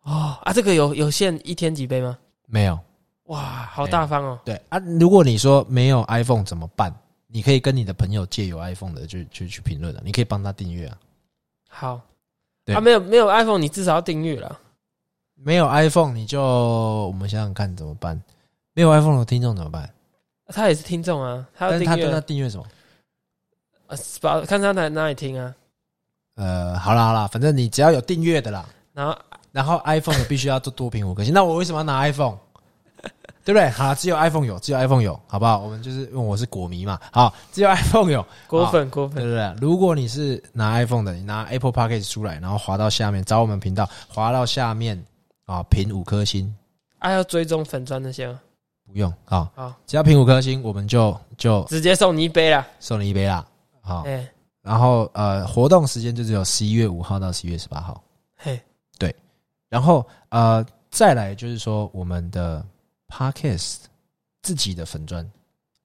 哦，啊，这个有有限一天几杯吗？
没有，
哇，好大方哦。
对啊，如果你说没有 iPhone 怎么办？你可以跟你的朋友借有 iPhone 的去去去评论啊，你可以帮他订阅啊。
好，
对
啊，没有没有 iPhone，你至少要订阅了。
没有 iPhone 你就我们想想看怎么办？没有 iPhone 的听众怎么办？
他也是听众啊，他要
但是
订
他
阅
跟他订阅什么？
啊，把看他哪哪里听啊。
呃，好啦好啦，反正你只要有订阅的啦，
然后
然后 iPhone 的必须要多多评五颗星。那我为什么要拿 iPhone？对不对？好啦，只有 iPhone 有，只有 iPhone 有，好不好？我们就是因为我是果迷嘛，好，只有 iPhone 有，
果粉果
对
粉，
不对？ 如果你是拿 iPhone 的，你拿 Apple p a c k a g e 出来，然后滑到下面，找我们频道，滑到下面啊，评五颗星，
啊，要追踪粉砖那些哦吗？
不用啊，
好
只要评五颗星，我们就就
直接送你一杯啦。
送你一杯啦。好，
哎
然后呃，活动时间就只有十一月五号到十一月十八号。
嘿，
然后呃，再来就是说我们的 Podcast 自己的粉砖，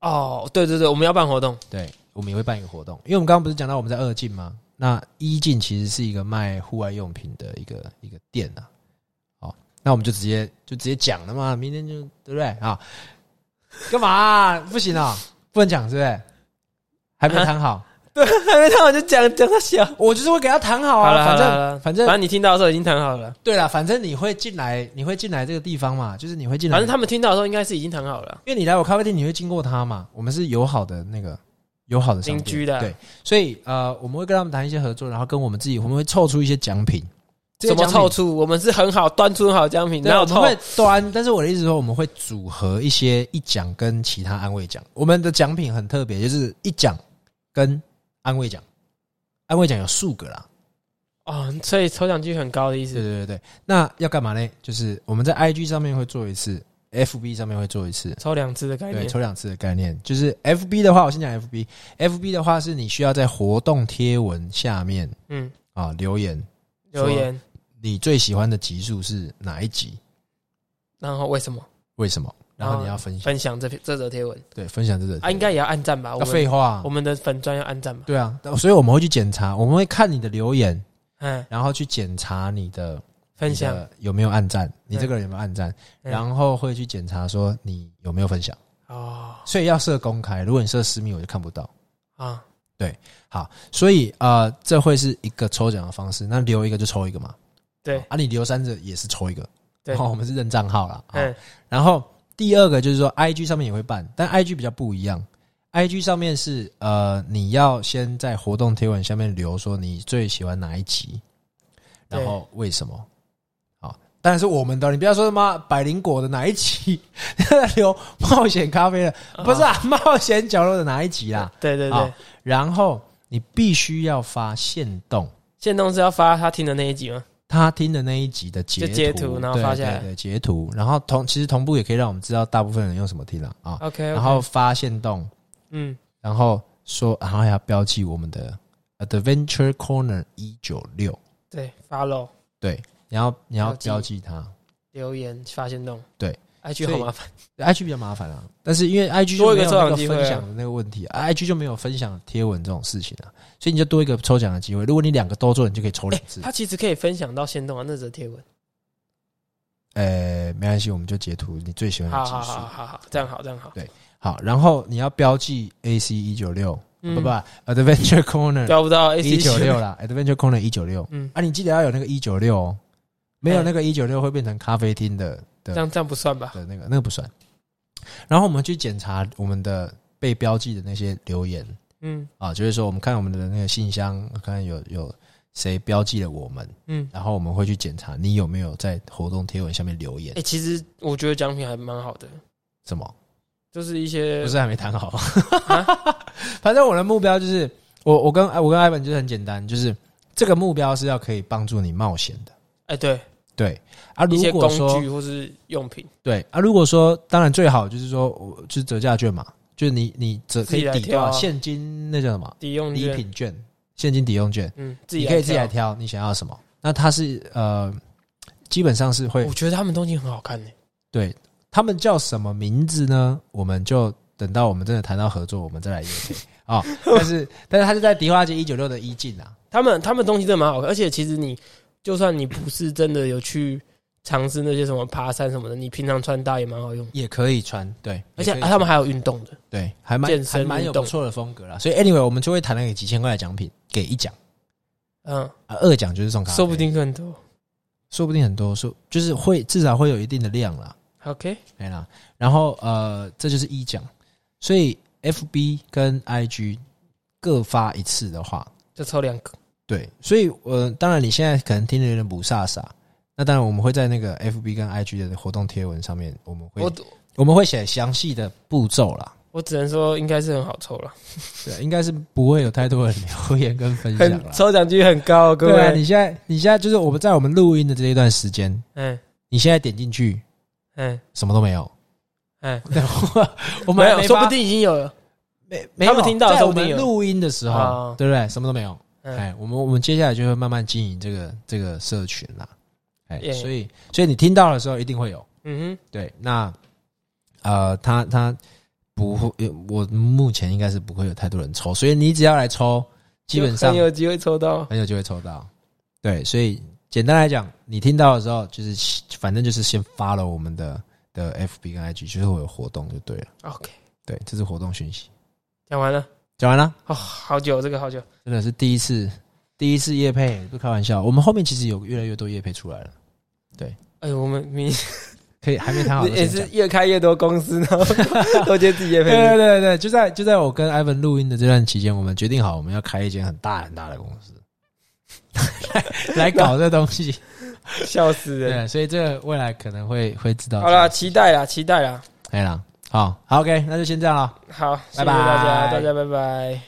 哦，对对对，我们要办活 动，
对我们也会办一个活动，因为我们刚刚不是讲到我们在二进吗？那一进其实是一个卖户外用品的一个一个店啊。好，那我们就直接就直接讲了嘛，明天就对不对啊？干嘛啊、不行啊、不能讲是不是？还没有谈 好，
还没看我就讲讲到笑。
我就是会给他谈好
好
啊。
了，
反
好
正
了
反正
反正你听到的时候已经谈好了，
对了，反正你会进来，你会进来这个地方嘛，就是你会进来，
反正他们听到的时候应该是已经谈好了。
因为你来我咖啡店，你会经过他嘛？我们是友好的那个友好的商店
邻居的
对，所以呃，我们会跟他们谈一些合作，然后跟我们自己，我们会凑出一些奖品。这些
怎么
奖品
凑？出？我们是很好端出很好的奖品，
对，啊
然
我
后
们
凑
会端，但是我的意思是说，我们会组合一些一奖跟其他安慰奖。我们的奖品很特别，就是一奖跟安慰奖，安慰奖有数个啦。
哦，所以抽奖几率很高的意
对
思。
对对对，那要干嘛呢？就是我们在 IG 上面会做一次，FB 上面会做一次，
抽两次的概
对，
念，
抽两次的概念，就是 F B 的话，我先讲 F B，F B 的话是你需要在活动贴文下面
嗯，
啊留言，
留言，
你最喜欢的集数是哪一集，
然后为什么
为什么，然后你要分享，
分享这篇这则贴文
对，分享这个
啊？应该也要按赞吧？我
要
们
废话
我，们的粉砖要按赞吧？
对啊，所以我们会去检查，我们会看你的留言，
嗯，
然后去检查你的
分享
你的有没有按赞，你
对
这个人有没有按赞，
嗯
然后会去检查说你有没有分享，
哦
所以要设公开，如果你设私密，我就看不到。
啊，
所以呃，这会是一个抽奖的方式，那留一个就抽一个嘛。
对
啊，你留三者也是抽一个。
对
哦，我们是认账号啦。嗯、
嗯，
然后第二个就是说，IG 上面也会办，但 IG 比较不一样。IG 上面是呃，你要先在活动贴文下面留说你最喜欢哪一集，
对
然后为什么。好，当然是我们的，你不要说什么百灵果的哪一集， 留冒险咖啡的，不是啊，哦冒险角落的哪一集啦
啊？。哦对对对
好，然后你必须要发现动
现动是要发他听的那一集吗？
他听的那一集的截
就截图然后
对
发下来
对对截图，然后同其实同步也可以让我们知道大部分人用什么听了啊，
OK，
然后发现动，
嗯，
然后说，然后还要标记我们的 Adventure Corner 一九六，
对，follow
对，你要你要
标记
标记它。
留言发现动，
对
，IG
所
好
以
麻烦，
对 IG 比较麻烦啊，但是因为 IG 就
多一
没有
个抽
那
奖
个
机会啊
分享的那个问题、啊、，IG 就没有分享贴文这种事情啊，所以你就多一个抽奖的机会。如果你两个都做，你就可以抽两次。
他其实可以分享到现动啊，那则贴文，
呃，没关系，我们就截图你最喜欢的
好
集数。
好好好好，这样好这样好，
好然后你要标记 AC 一九六，
嗯啊
不不，Adventure Corner
标不到 AC
一九六，啦，Adventure Corner 一九六。
嗯，
啊，你记得要有那个一九六哦，没有
哎
那个一九六会变成咖啡厅的
这
的
样这样不算吧？
的那个那个不算。然后我们去检查我们的被标记的那些留言
嗯
啊，就是说我们看我们的那个信箱，看看有有谁标记了我们，
嗯，
然后我们会去检查你有没有在活动贴文下面留言
哎，其实我觉得奖品还蛮好的，
什么。
就是一些
不是还没谈好吗
啊？
反正我的目标就是，我我跟啊我跟艾文就是很简单，就是这个目标是要可以帮助你冒险的。
哎，对，
对啊，
一
如
些
果
工
说
具或是用品，
对啊，如果说当然最好就是说，我就是折价券嘛，就是你你折可
自己
以
来
抵多
挑啊
少现金那叫什么
抵用
礼
券，
品券、现金抵用券，
嗯，啊自己
你可以自己来
挑。
挑你想要什么。那它是呃，基本上是会
我觉得他们东西很好看欸呢，
对他们叫什么名字呢？我们就等到我们真的谈到合作，我们再来约 配啊。但是，但是他是在迪化街一九六的一进啊，
他们他们东西真的蛮好看，而且其实你就算你不是真的有去尝试那些什么爬山什么的，你平常穿搭也蛮好用的，
也可以穿，对，
而且、
也可以
啊、他们还有运动的，
对还蛮
健
还
身
蛮有
运
不
动
错的风格啦。所以 anyway，我们就会谈那个几千块的奖品给一奖
嗯，
啊，二奖就是送咖啡，
说不定更多。
说不定很多，说就是会至少会有一定的量啦，
OK，
对啦。然后呃，这就是一奖，所以 FB 跟 IG 各发一次的话，
就抽两个，
对，所以呃，当然你现在可能听得有点不飒飒，那当然我们会在那个 FB 跟 IG 的活动贴文上面，我们会
我
我们会写详细的步骤啦。
我只能说应该是很好抽了，
对，应该是不会有太多人留言跟 分享
很
啦。
抽奖几率很高哦，各
对啊，
位。
你现在你现在就是我们在我们录音的这一段时间，
嗯
你现在点进去
嗯
什么都没有，
嗯，
我们
没
还
有，
没
说不
发
定已经有了。
没没
他
有
们听到
在
说
我
不定
们
有
录音的时候
啊，
对不对？什么都没有。
嗯，
哎，我们我们接下来就会慢慢经营这个这个社群啦。哎，
耶
所以所以你听到的时候一定会有。
嗯
对，那呃，他他不会，呃我目前应该是不会有太多人抽，所以你只要来抽，基本上
很有机会抽到。哦
很有机会抽到。对，所以简单来讲，你听到的时候，就是反正就是先发了我们的的 FB 跟 IG，就是会有活动就对了。
OK，
对，这是活动讯息。
讲完了，
讲完了，
哦，好久这个好久，
真的是第一次，第一次夜配，不开玩笑。我们后面其实有越来越多夜配出来了，
哎呦，我们明
可以还没谈好的
也
啊先讲
是。越开越多公司，然 后都觉得自己也
对对
配。
对对，就在就在我跟艾文录音的这段期间，我们决定好我们要开一间很大很大的公司， 来来搞这东西。
笑死人。
对，所以这个未来可能会会知道。哎
好啦，，期待啦，期待啦。
可以啦，好，好，OK，那就先这样了。
好，谢
拜拜
谢大家，大家拜拜。